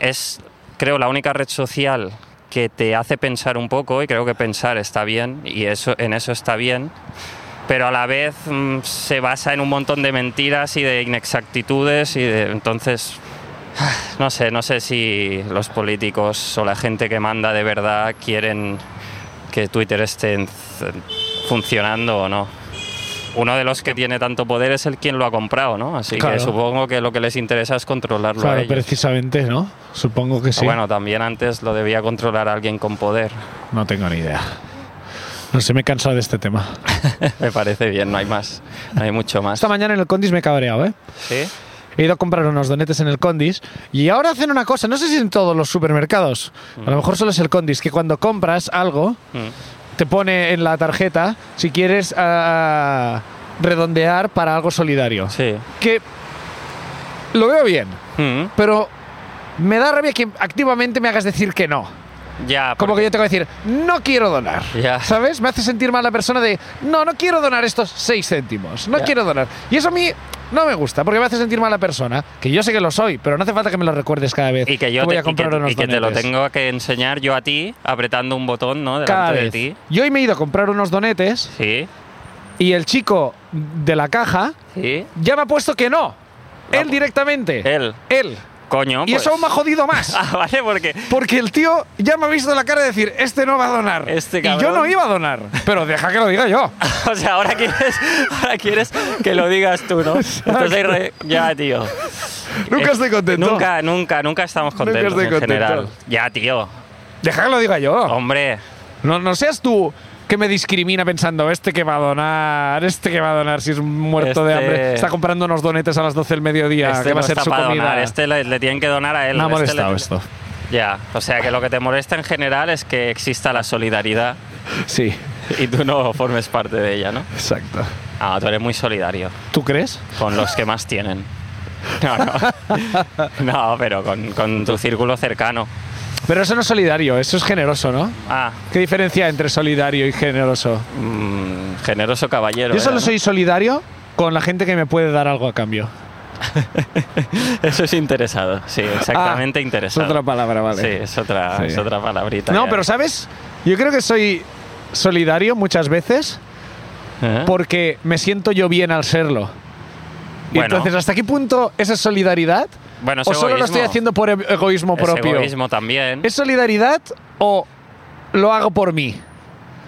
[SPEAKER 2] es, creo, la única red social que te hace pensar un poco y creo que pensar está bien y eso en eso está bien pero a la vez mm, se basa en un montón de mentiras y de inexactitudes y de entonces no sé, no sé si los políticos o la gente que manda de verdad quieren que Twitter esté en- funcionando o no. Uno de los que tiene tanto poder es el quien lo ha comprado, ¿no? Así
[SPEAKER 1] Claro.
[SPEAKER 2] que supongo que lo que les interesa es controlarlo a
[SPEAKER 1] Claro,
[SPEAKER 2] ellos.
[SPEAKER 1] precisamente, ¿no? Supongo que sí.
[SPEAKER 2] Ah, Bueno, también antes lo debía controlar alguien con poder. [LAUGHS]
[SPEAKER 1] No tengo ni idea. No sé, me he cansado de este tema.
[SPEAKER 2] Me parece bien, no hay más, no hay mucho más.
[SPEAKER 1] Esta mañana en el Condis me he cabreado, ¿eh?
[SPEAKER 2] ¿Sí?
[SPEAKER 1] He ido a comprar unos donetes en el Condis y ahora hacen una cosa, no sé si en todos los supermercados, a lo mejor solo es el Condis, que cuando compras algo
[SPEAKER 2] Mm.
[SPEAKER 1] te pone en la tarjeta si quieres ah, redondear para algo solidario.
[SPEAKER 2] Sí.
[SPEAKER 1] Que lo veo bien,
[SPEAKER 2] Mm.
[SPEAKER 1] pero me da rabia que activamente me hagas decir que no.
[SPEAKER 2] Ya,
[SPEAKER 1] Como
[SPEAKER 2] porque-
[SPEAKER 1] que yo tengo que decir, no quiero donar.
[SPEAKER 2] Ya.
[SPEAKER 1] ¿Sabes? Me hace sentir mal la persona de, no, no quiero donar estos seis céntimos. No
[SPEAKER 2] Ya.
[SPEAKER 1] quiero donar. Y eso a mí no me gusta, porque me hace sentir mal la persona, que yo sé que lo soy, pero no hace falta que me lo recuerdes cada vez.
[SPEAKER 2] y que yo
[SPEAKER 1] voy
[SPEAKER 2] te,
[SPEAKER 1] a
[SPEAKER 2] y que-
[SPEAKER 1] comprar unos
[SPEAKER 2] y que te lo
[SPEAKER 1] donetes.
[SPEAKER 2] tengo que enseñar yo a ti apretando un botón no delante
[SPEAKER 1] Cada
[SPEAKER 2] de
[SPEAKER 1] vez.
[SPEAKER 2] ti
[SPEAKER 1] Yo hoy me he ido a comprar unos donetes
[SPEAKER 2] sí
[SPEAKER 1] y el chico de la caja
[SPEAKER 2] sí
[SPEAKER 1] ya me ha puesto que no. Él
[SPEAKER 2] Vamos.
[SPEAKER 1] directamente.
[SPEAKER 2] Ah, pues. él
[SPEAKER 1] Él.
[SPEAKER 2] coño pues.
[SPEAKER 1] Y eso aún me ha
[SPEAKER 2] [LAUGHS]
[SPEAKER 1] jodido más.
[SPEAKER 2] ah vale porque
[SPEAKER 1] Porque el tío ya me ha visto la cara de decir, este no va a donar.
[SPEAKER 2] Este
[SPEAKER 1] y yo
[SPEAKER 2] cabrón.
[SPEAKER 1] no iba a donar. Pero deja que lo diga
[SPEAKER 2] [LAUGHS]
[SPEAKER 1] yo.
[SPEAKER 2] o sea ahora quieres [LAUGHS] ahora quieres que lo digas
[SPEAKER 1] [LAUGHS]
[SPEAKER 2] tú no entonces ahí re- ya tío
[SPEAKER 1] Nunca
[SPEAKER 2] Eh,
[SPEAKER 1] estoy contento.
[SPEAKER 2] nunca nunca nunca estamos
[SPEAKER 1] Nunca
[SPEAKER 2] contentos
[SPEAKER 1] estoy
[SPEAKER 2] en
[SPEAKER 1] contento.
[SPEAKER 2] general ya tío
[SPEAKER 1] Deja que lo diga yo.
[SPEAKER 2] hombre
[SPEAKER 1] No, no seas tú que me discrimina pensando, este que va a donar, este que va a donar si es un muerto de
[SPEAKER 2] Este-
[SPEAKER 1] hambre, está comprando unos donetes a las 12 del mediodía,
[SPEAKER 2] Este
[SPEAKER 1] que va
[SPEAKER 2] no
[SPEAKER 1] a ser
[SPEAKER 2] está
[SPEAKER 1] su
[SPEAKER 2] para
[SPEAKER 1] comida.
[SPEAKER 2] donar, este le, le tienen que donar a él.
[SPEAKER 1] me ha
[SPEAKER 2] este le-
[SPEAKER 1] molestado esto.
[SPEAKER 2] Ya, o sea que lo que te molesta en general es que exista la solidaridad
[SPEAKER 1] Sí,
[SPEAKER 2] y tú no formes parte de ella, ¿no?
[SPEAKER 1] exacto.
[SPEAKER 2] Ah, tú eres muy solidario
[SPEAKER 1] ¿Tú crees?
[SPEAKER 2] con los que más tienen. No, no. No, pero con, con tu círculo cercano.
[SPEAKER 1] Pero eso no es solidario, eso es generoso, ¿no?
[SPEAKER 2] Ah,
[SPEAKER 1] ¿Qué diferencia hay entre solidario y generoso?
[SPEAKER 2] mm, generoso caballero.
[SPEAKER 1] Yo
[SPEAKER 2] era,
[SPEAKER 1] solo
[SPEAKER 2] ¿no?
[SPEAKER 1] soy solidario con la gente que me puede dar algo a cambio.
[SPEAKER 2] [LAUGHS] Eso es interesado, sí, exactamente
[SPEAKER 1] Ah,
[SPEAKER 2] interesado.
[SPEAKER 1] Es otra palabra,
[SPEAKER 2] Sí,
[SPEAKER 1] vale.
[SPEAKER 2] es otra,
[SPEAKER 1] Sí.
[SPEAKER 2] es otra palabrita.
[SPEAKER 1] no,
[SPEAKER 2] ya.
[SPEAKER 1] pero ¿sabes? Yo creo que soy solidario muchas veces Ah.
[SPEAKER 2] ¿Eh?
[SPEAKER 1] porque me siento yo bien al serlo. Y
[SPEAKER 2] Bueno.
[SPEAKER 1] Entonces, ¿hasta qué punto esa es solidaridad?
[SPEAKER 2] Bueno, es
[SPEAKER 1] ¿O solo lo estoy
[SPEAKER 2] egoísmo.
[SPEAKER 1] haciendo por e- egoísmo
[SPEAKER 2] Es
[SPEAKER 1] propio?
[SPEAKER 2] egoísmo también.
[SPEAKER 1] ¿Es solidaridad o lo hago por mí?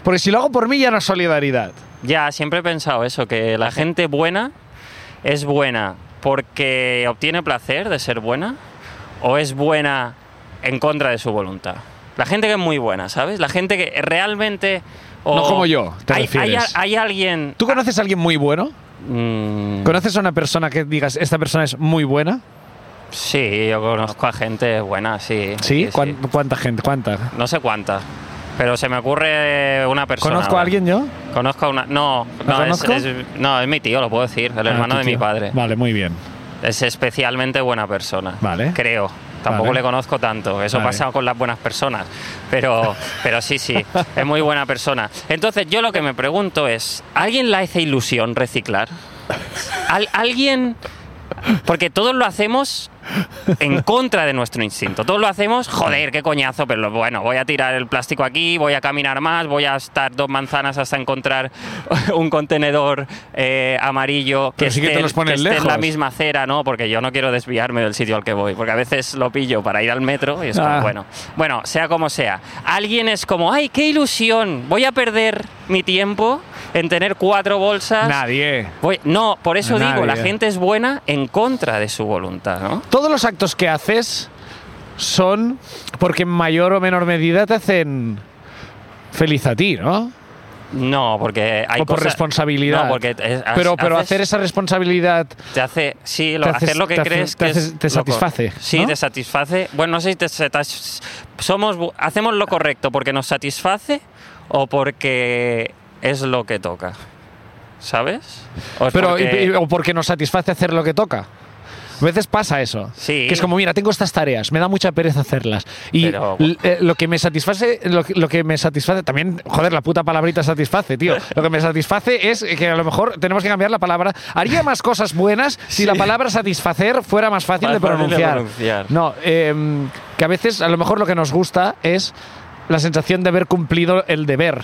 [SPEAKER 1] Porque si lo hago por mí ya no es solidaridad.
[SPEAKER 2] Ya, siempre he pensado eso, que la gente buena es buena porque obtiene placer de ser buena o es buena en contra de su voluntad. La gente que es muy buena, ¿sabes? La gente que realmente... o-
[SPEAKER 1] No como yo, te
[SPEAKER 2] hay, hay-
[SPEAKER 1] refieres.
[SPEAKER 2] hay alguien...
[SPEAKER 1] ¿Tú conoces a alguien muy bueno?
[SPEAKER 2] Mm,
[SPEAKER 1] ¿Conoces a una persona que digas, esta persona es muy buena?
[SPEAKER 2] sí, yo conozco a gente buena, sí.
[SPEAKER 1] ¿Sí? ¿Cuán- ¿Cuánta gente? ¿Cuánta?
[SPEAKER 2] No sé cuánta, pero se me ocurre una persona.
[SPEAKER 1] ¿Conozco a alguien yo?
[SPEAKER 2] Conozco a una. No, no es,
[SPEAKER 1] conozco?
[SPEAKER 2] es- no, es mi tío, lo puedo decir, el
[SPEAKER 1] Ah,
[SPEAKER 2] hermano
[SPEAKER 1] tu
[SPEAKER 2] de mi
[SPEAKER 1] tío.
[SPEAKER 2] padre.
[SPEAKER 1] Vale, muy bien.
[SPEAKER 2] Es especialmente buena persona.
[SPEAKER 1] Vale.
[SPEAKER 2] Creo. Tampoco
[SPEAKER 1] Vale.
[SPEAKER 2] le conozco tanto. Eso
[SPEAKER 1] Vale.
[SPEAKER 2] pasa con las buenas personas. Pero, pero sí, sí. Es muy buena persona. Entonces, yo lo que me pregunto es: ¿alguien le hace ilusión reciclar? ¿Al- ¿Alguien.? Porque todos lo hacemos en contra de nuestro instinto. Todos lo hacemos, joder, qué coñazo, pero bueno, voy a tirar el plástico aquí, voy a caminar más, voy a estar dos manzanas hasta encontrar [LAUGHS] un contenedor eh, amarillo que
[SPEAKER 1] Pero sí que te
[SPEAKER 2] esté-
[SPEAKER 1] los pones
[SPEAKER 2] que esté en la
[SPEAKER 1] lejos.
[SPEAKER 2] misma acera, ¿no? Porque yo no quiero desviarme del sitio al que voy, porque a veces lo pillo para ir al metro y es como,
[SPEAKER 1] Ah.
[SPEAKER 2] bueno, bueno, sea como sea. Alguien es como, ay, qué ilusión, voy a perder mi tiempo en tener cuatro bolsas.
[SPEAKER 1] Nadie.
[SPEAKER 2] Voy- no, por eso digo, la
[SPEAKER 1] Nadie.
[SPEAKER 2] gente es buena en contra de su voluntad, ¿no?
[SPEAKER 1] Todos los actos que haces son porque en mayor o menor medida te hacen feliz a ti, ¿no?
[SPEAKER 2] No, porque hay
[SPEAKER 1] o por
[SPEAKER 2] cosas-
[SPEAKER 1] responsabilidad.
[SPEAKER 2] No, porque es- has-
[SPEAKER 1] pero pero
[SPEAKER 2] haces-
[SPEAKER 1] hacer esa responsabilidad
[SPEAKER 2] te hace sí, lo,
[SPEAKER 1] te haces-
[SPEAKER 2] hacer lo que
[SPEAKER 1] te hace-
[SPEAKER 2] crees
[SPEAKER 1] te
[SPEAKER 2] que es
[SPEAKER 1] haces- te
[SPEAKER 2] lo
[SPEAKER 1] satisface,
[SPEAKER 2] cor- Sí,
[SPEAKER 1] ¿no?
[SPEAKER 2] te satisface. Bueno, no sé si te satis- somos bu- hacemos lo correcto porque nos satisface o porque es lo que toca. ¿Sabes? O es
[SPEAKER 1] pero
[SPEAKER 2] Pues porque-
[SPEAKER 1] y- y- o porque nos satisface hacer lo que toca. A veces pasa eso.
[SPEAKER 2] Sí.
[SPEAKER 1] Que es como, mira, tengo estas tareas, me da mucha pereza hacerlas. Y
[SPEAKER 2] Pero-
[SPEAKER 1] l- eh, lo que me satisface, lo, que- lo que me satisface, también, joder, la puta palabrita satisface,
[SPEAKER 2] [LAUGHS]
[SPEAKER 1] tío. Lo que me satisface es que a lo mejor tenemos que cambiar la palabra. Haría más cosas
[SPEAKER 2] [LAUGHS]
[SPEAKER 1] buenas si la palabra satisfacer fuera más fácil
[SPEAKER 2] Más
[SPEAKER 1] de
[SPEAKER 2] fácil de
[SPEAKER 1] pronunciar.
[SPEAKER 2] pronunciar.
[SPEAKER 1] No, em, que a veces a lo mejor lo que nos gusta es la sensación de haber cumplido el deber.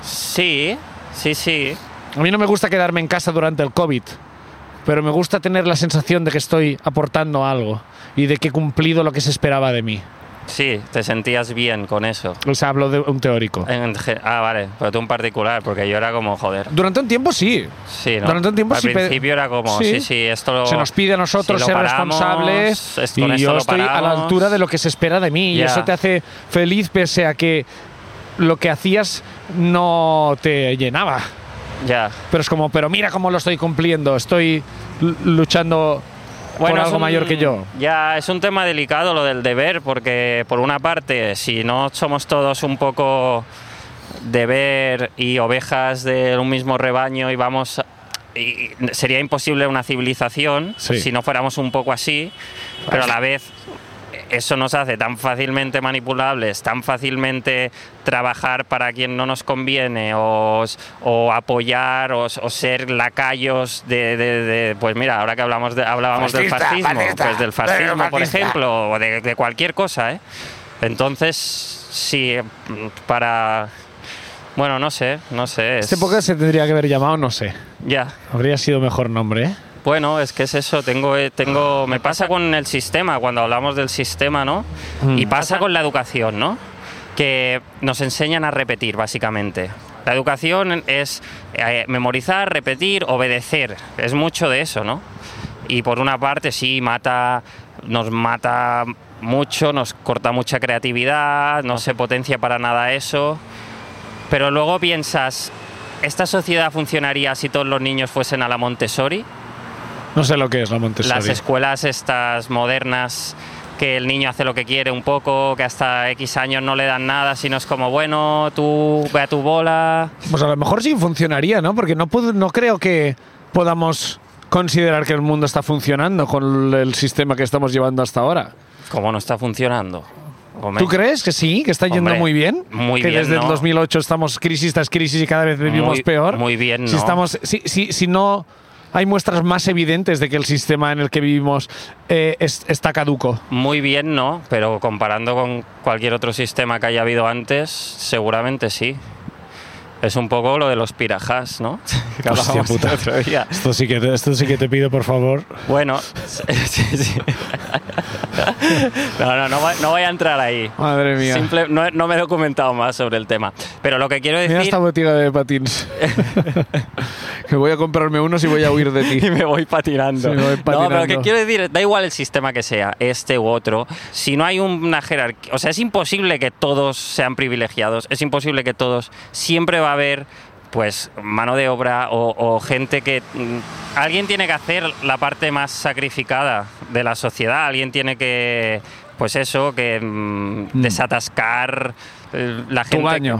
[SPEAKER 2] sí, sí, sí.
[SPEAKER 1] A mí no me gusta quedarme en casa durante el COVID, pero me gusta tener la sensación de que estoy aportando algo y de que he cumplido lo que se esperaba de mí.
[SPEAKER 2] Sí, te sentías bien con eso.
[SPEAKER 1] O sea, hablo de un teórico.
[SPEAKER 2] En ge- ah, vale, pero tú en particular, porque yo era como, joder.
[SPEAKER 1] Durante un tiempo sí.
[SPEAKER 2] Sí, ¿no?
[SPEAKER 1] Durante un tiempo
[SPEAKER 2] Al
[SPEAKER 1] sí, pero-
[SPEAKER 2] principio era como, sí,
[SPEAKER 1] sí.
[SPEAKER 2] sí, esto lo-
[SPEAKER 1] Se nos pide a nosotros
[SPEAKER 2] si Oh. lo
[SPEAKER 1] ser
[SPEAKER 2] paramos,
[SPEAKER 1] responsables
[SPEAKER 2] es- con
[SPEAKER 1] y
[SPEAKER 2] esto
[SPEAKER 1] yo
[SPEAKER 2] lo
[SPEAKER 1] estoy a la
[SPEAKER 2] paramos.
[SPEAKER 1] altura de lo que se espera de mí y
[SPEAKER 2] Ya.
[SPEAKER 1] eso te hace feliz pese a que lo que hacías no te llenaba.
[SPEAKER 2] Ya.
[SPEAKER 1] Pero es como, pero mira cómo lo estoy cumpliendo, estoy l- luchando por
[SPEAKER 2] es
[SPEAKER 1] algo
[SPEAKER 2] un-
[SPEAKER 1] mayor que yo.
[SPEAKER 2] Ya, es un tema delicado lo del deber, porque por una parte, si no somos todos un poco deber y ovejas de un mismo rebaño y vamos... a- y- y sería imposible una civilización
[SPEAKER 1] Sí.
[SPEAKER 2] si no fuéramos un poco así, pero a la vez eso nos hace tan fácilmente manipulables, tan fácilmente trabajar para quien no nos conviene o, s- o apoyar o, s- o ser lacayos de, de- de- pues mira, ahora que hablamos de, hablábamos del
[SPEAKER 3] Fascista,
[SPEAKER 2] fascismo,
[SPEAKER 3] fascista,
[SPEAKER 2] pues del fascismo, por
[SPEAKER 3] fascista.
[SPEAKER 2] ejemplo, o de, de cualquier cosa, ¿eh? Entonces, sí, para... Bueno, no sé, no sé. es-
[SPEAKER 1] Este podcast se tendría que haber llamado, no sé.
[SPEAKER 2] Ya.
[SPEAKER 1] Habría sido mejor nombre, ¿eh?
[SPEAKER 2] Bueno, es que es eso, tengo, eh, tengo, me pasa con el sistema, cuando hablamos del sistema, ¿no? Y pasa con la educación, ¿no? Que nos enseñan a repetir, básicamente. La educación es eh, memorizar, repetir, obedecer. Es mucho de eso, ¿no? Y por una parte sí, mata, nos mata mucho, nos corta mucha creatividad, no se potencia para nada eso. Pero luego piensas, ¿esta sociedad funcionaría si todos los niños fuesen a la Montessori?
[SPEAKER 1] No sé lo que es la Montessori.
[SPEAKER 2] Las escuelas estas modernas que el niño hace lo que quiere un poco, que hasta X años no le dan nada, sino es como, bueno, tú ve a tu bola.
[SPEAKER 1] Pues a lo mejor sí funcionaría, ¿no? Porque no, puedo- no creo que podamos considerar que el mundo está funcionando con el sistema que estamos llevando hasta ahora.
[SPEAKER 2] Como no está funcionando. Hombre,
[SPEAKER 1] ¿Tú crees que sí? ¿Que está yendo
[SPEAKER 2] Hombre,
[SPEAKER 1] muy bien?
[SPEAKER 2] muy
[SPEAKER 1] que
[SPEAKER 2] bien,
[SPEAKER 1] desde el
[SPEAKER 2] ¿no?
[SPEAKER 1] 2008 estamos crisis tras crisis y cada vez vivimos
[SPEAKER 2] Muy-
[SPEAKER 1] peor.
[SPEAKER 2] muy bien,
[SPEAKER 1] si
[SPEAKER 2] ¿no?
[SPEAKER 1] Estamos, si, si- si no hay muestras más evidentes de que el sistema en el que vivimos eh, es- está caduco.
[SPEAKER 2] Muy bien, no, pero comparando con cualquier otro sistema que haya habido antes, seguramente sí. Es un poco lo de los pirajás, ¿no? [LAUGHS]
[SPEAKER 1] Hostia
[SPEAKER 2] Que hablábamos el
[SPEAKER 1] puta.
[SPEAKER 2] otro día.
[SPEAKER 1] Esto sí que te, esto sí que te pido, por favor.
[SPEAKER 2] Bueno, [LAUGHS] sí, sí. [LAUGHS] no, no, no, voy- no voy a entrar ahí.
[SPEAKER 1] Madre mía.
[SPEAKER 2] Simple- no, he- no me he documentado más sobre el tema. Pero lo que quiero
[SPEAKER 1] Mira
[SPEAKER 2] decir,
[SPEAKER 1] esta botiga de
[SPEAKER 2] [LAUGHS]
[SPEAKER 1] patins. que voy a comprarme unos y voy a huir de ti.
[SPEAKER 2] [LAUGHS] y me voy patinando.
[SPEAKER 1] Sí, me voy
[SPEAKER 2] No, pero
[SPEAKER 1] patinando.
[SPEAKER 2] lo que quiero decir, da igual el sistema que sea, este u otro, si no hay una jerarquía, o sea, es imposible que todos sean privilegiados, es imposible que todos, siempre va a haber pues mano de obra o, o gente que... mm, Alguien tiene que hacer la parte más sacrificada de la sociedad, alguien tiene que, pues eso, que mm, desatascar eh, la gente...
[SPEAKER 1] baño.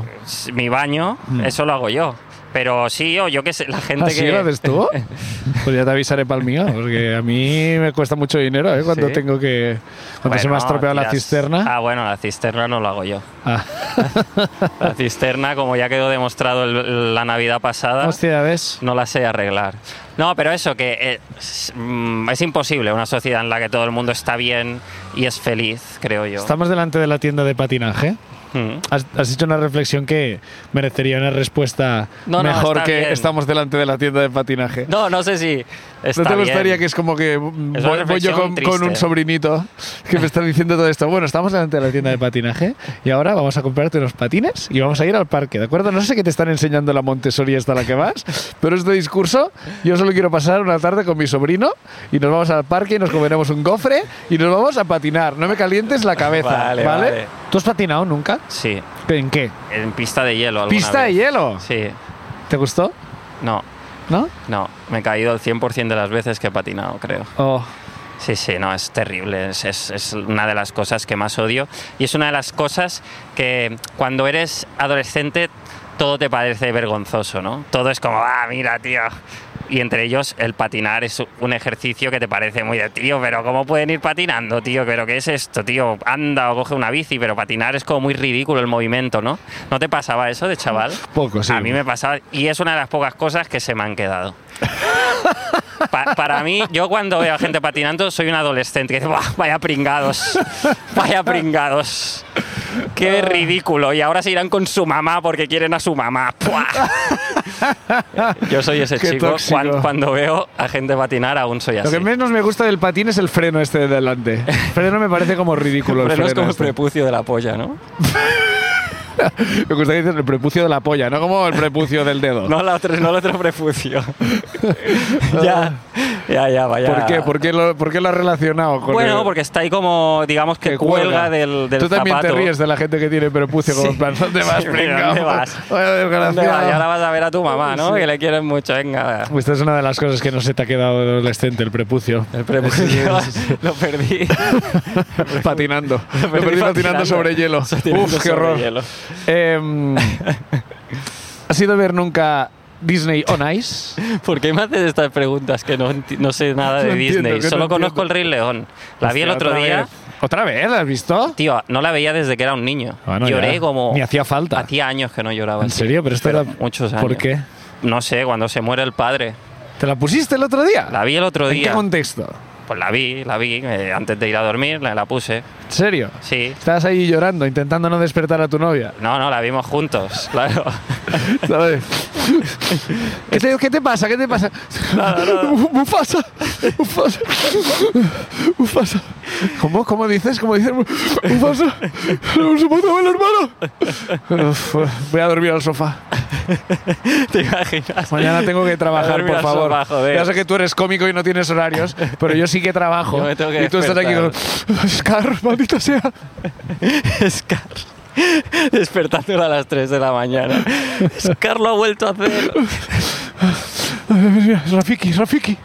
[SPEAKER 1] Mm.
[SPEAKER 2] Mi baño, eso lo hago yo. Pero sí, o yo qué sé, la gente
[SPEAKER 1] ¿Ah,
[SPEAKER 2] que...
[SPEAKER 1] sí, lo haces
[SPEAKER 2] [LAUGHS]
[SPEAKER 1] tú? Pues ya te avisaré para el mío, porque a mí me cuesta mucho dinero ¿eh? cuando
[SPEAKER 2] Sí.
[SPEAKER 1] tengo que. Cuando se me ha
[SPEAKER 2] Bueno,
[SPEAKER 1] estropeado la
[SPEAKER 2] tiras-
[SPEAKER 1] cisterna.
[SPEAKER 2] Ah, bueno, la cisterna no la hago yo.
[SPEAKER 1] Ah.
[SPEAKER 2] [LAUGHS]
[SPEAKER 1] [LAUGHS]
[SPEAKER 2] La cisterna, como ya quedó demostrado el- la Navidad pasada,
[SPEAKER 1] Hostia,
[SPEAKER 2] [LAUGHS]
[SPEAKER 1] ¿ves?
[SPEAKER 2] no la sé arreglar. No, pero eso, que eh, es, mm, es imposible una sociedad en la que todo el mundo está bien y es feliz, creo yo.
[SPEAKER 1] Estamos delante de la tienda de patinaje.
[SPEAKER 2] Mm.
[SPEAKER 1] Has, has hecho una reflexión que merecería una respuesta
[SPEAKER 2] No, no,
[SPEAKER 1] mejor
[SPEAKER 2] está
[SPEAKER 1] que
[SPEAKER 2] bien.
[SPEAKER 1] estamos delante de la tienda de patinaje.
[SPEAKER 2] No, no sé si. Está
[SPEAKER 1] ¿No te gustaría
[SPEAKER 2] bien.
[SPEAKER 1] que es como que mm,
[SPEAKER 2] Es una
[SPEAKER 1] voy, voy yo
[SPEAKER 2] reflexión
[SPEAKER 1] con, con un
[SPEAKER 2] triste.
[SPEAKER 1] sobrinito que me está diciendo todo esto? Bueno, estamos delante de la tienda de patinaje y ahora vamos a comprarte unos patines y vamos a ir al parque, ¿de acuerdo? No sé qué te están enseñando la Montessori hasta la que vas, pero este discurso yo solo quiero pasar una tarde con mi sobrino y nos vamos al parque y nos comeremos un gofre y nos vamos a patinar. No me calientes la cabeza,
[SPEAKER 2] Vale,
[SPEAKER 1] ¿vale?
[SPEAKER 2] vale.
[SPEAKER 1] ¿Tú has patinado nunca?
[SPEAKER 2] Sí,
[SPEAKER 1] ¿En qué?
[SPEAKER 2] en pista de hielo. alguna
[SPEAKER 1] ¿Pista de
[SPEAKER 2] vez.
[SPEAKER 1] hielo?
[SPEAKER 2] Sí,
[SPEAKER 1] ¿Te gustó?
[SPEAKER 2] no,
[SPEAKER 1] ¿No?
[SPEAKER 2] no. Me he caído el 100% de las veces que he patinado, creo.
[SPEAKER 1] Oh,
[SPEAKER 2] Sí, sí, no, es terrible. Es, es- es una de las cosas que más odio. Y es una de las cosas que cuando eres adolescente todo te parece vergonzoso, ¿no? Todo es como, ah, mira, tío. Y entre ellos el patinar es un ejercicio que te parece muy de, tío, pero ¿cómo pueden ir patinando, tío? ¿Pero qué es esto, tío? Anda o coge una bici, pero patinar es como muy ridículo el movimiento, ¿no? ¿No te pasaba eso de chaval?
[SPEAKER 1] poco, sí.
[SPEAKER 2] A mí me pasaba, y es una de las pocas cosas que se me han quedado. Pa- para mí, yo cuando veo a gente patinando, soy un adolescente que dice, "Buah, vaya pringados, vaya pringados. Qué
[SPEAKER 1] Ah.
[SPEAKER 2] ridículo. Y ahora se irán con su mamá porque quieren a su mamá. ¡Puah!". Yo soy ese
[SPEAKER 1] [LAUGHS] Qué
[SPEAKER 2] chico.
[SPEAKER 1] tóxico.
[SPEAKER 2] Cuan- Cuando, veo a gente patinar, aún soy
[SPEAKER 1] Lo
[SPEAKER 2] así.
[SPEAKER 1] que menos me gusta del patín es el freno este de delante.
[SPEAKER 2] [LAUGHS]
[SPEAKER 1] El freno me parece como ridículo. El
[SPEAKER 2] Pero
[SPEAKER 1] freno
[SPEAKER 2] no es como el
[SPEAKER 1] este.
[SPEAKER 2] prepucio de la polla, ¿no?
[SPEAKER 1] Me gusta que dices el prepucio de la polla, no como el prepucio del dedo.
[SPEAKER 2] No, la otra- no el otro
[SPEAKER 1] [LAUGHS]
[SPEAKER 2] prepucio. ya, ya, ya, vaya.
[SPEAKER 1] ¿Por qué? ¿Por qué lo, por qué lo has relacionado con
[SPEAKER 2] Bueno,
[SPEAKER 1] el-
[SPEAKER 2] porque está ahí como, digamos que,
[SPEAKER 1] que
[SPEAKER 2] cuelga del, del
[SPEAKER 1] Tú también
[SPEAKER 2] zapato.
[SPEAKER 1] te ríes de la gente que tiene prepucio, como
[SPEAKER 2] Sí.
[SPEAKER 1] en plan, ¿dónde vas,
[SPEAKER 2] [LAUGHS] Sí,
[SPEAKER 1] pringao?
[SPEAKER 2] ¿dónde vas?
[SPEAKER 1] [LAUGHS] Vaya
[SPEAKER 2] ¿Dónde vas? Y ahora
[SPEAKER 1] desgraciado.
[SPEAKER 2] vas a ver a tu mamá, ¿no?
[SPEAKER 1] Sí.
[SPEAKER 2] Que le quieres mucho, venga.
[SPEAKER 1] Esta es una de las cosas que no se te ha quedado de adolescente, el prepucio.
[SPEAKER 2] El prepucio [LAUGHS] lo perdí.
[SPEAKER 1] [LAUGHS]
[SPEAKER 2] [LAUGHS]
[SPEAKER 1] patinando. Lo perdí patinando, sobre hielo.
[SPEAKER 2] Patinando
[SPEAKER 1] Uf, qué
[SPEAKER 2] sobre
[SPEAKER 1] horror.
[SPEAKER 2] hielo.
[SPEAKER 1] Em, ¿Has ido a ver nunca Disney on Ice?
[SPEAKER 2] ¿Por qué me haces estas preguntas que no, enti- no sé nada de
[SPEAKER 1] No entiendo,
[SPEAKER 2] Disney?
[SPEAKER 1] que no
[SPEAKER 2] Solo
[SPEAKER 1] entiendo.
[SPEAKER 2] conozco El Rey León. La vi el
[SPEAKER 1] Hostia,
[SPEAKER 2] otro
[SPEAKER 1] otra
[SPEAKER 2] día.
[SPEAKER 1] vez. ¿Otra vez? ¿La has visto?
[SPEAKER 2] Tío, no la veía desde que era un niño.
[SPEAKER 1] Bueno,
[SPEAKER 2] Lloré
[SPEAKER 1] ya.
[SPEAKER 2] como...
[SPEAKER 1] Ni hacía falta.
[SPEAKER 2] Hacía años que no lloraba.
[SPEAKER 1] ¿En
[SPEAKER 2] así.
[SPEAKER 1] serio? Pero esto
[SPEAKER 2] Pero
[SPEAKER 1] era.
[SPEAKER 2] muchos años.
[SPEAKER 1] ¿Por qué?
[SPEAKER 2] No sé, cuando se muere el padre.
[SPEAKER 1] ¿Te la pusiste el otro día?
[SPEAKER 2] La vi el otro
[SPEAKER 1] ¿En qué
[SPEAKER 2] día.
[SPEAKER 1] contexto?
[SPEAKER 2] Pues la vi, la vi. eh, antes de ir a dormir la, la puse.
[SPEAKER 1] ¿En serio?
[SPEAKER 2] Sí.
[SPEAKER 1] Estabas ahí llorando, intentando no despertar a tu novia.
[SPEAKER 2] No, no, la vimos juntos, [LAUGHS] claro. [LAUGHS]
[SPEAKER 1] ¿Sabes? ¿Qué, te, qué te pasa? ¿Qué te pasa? [LAUGHS] Mufasa. Mufasa. Mufasa. ¿Cómo, ¿Cómo dices? ¿Cómo dices? Mufasa. [LAUGHS] ¡Se mataba el hermano! Uf, voy a dormir al sofá.
[SPEAKER 2] ¿Te imaginas?
[SPEAKER 1] Mañana tengo que trabajar,
[SPEAKER 2] Dormir
[SPEAKER 1] por
[SPEAKER 2] al
[SPEAKER 1] favor.
[SPEAKER 2] sofá, joder.
[SPEAKER 1] Ya sé que tú eres cómico y no tienes horarios,
[SPEAKER 2] [LAUGHS]
[SPEAKER 1] pero yo sí que trabajo.
[SPEAKER 2] Yo me tengo
[SPEAKER 1] [LAUGHS]
[SPEAKER 2] que
[SPEAKER 1] y tú estás aquí con.
[SPEAKER 2] despertar.
[SPEAKER 1] Scar, maldita sea.
[SPEAKER 2] Scar. despertándola a las 3 de la mañana. Es, Carlos ha vuelto a hacerlo.
[SPEAKER 1] Mira, [LAUGHS] Rafiki, Rafiki.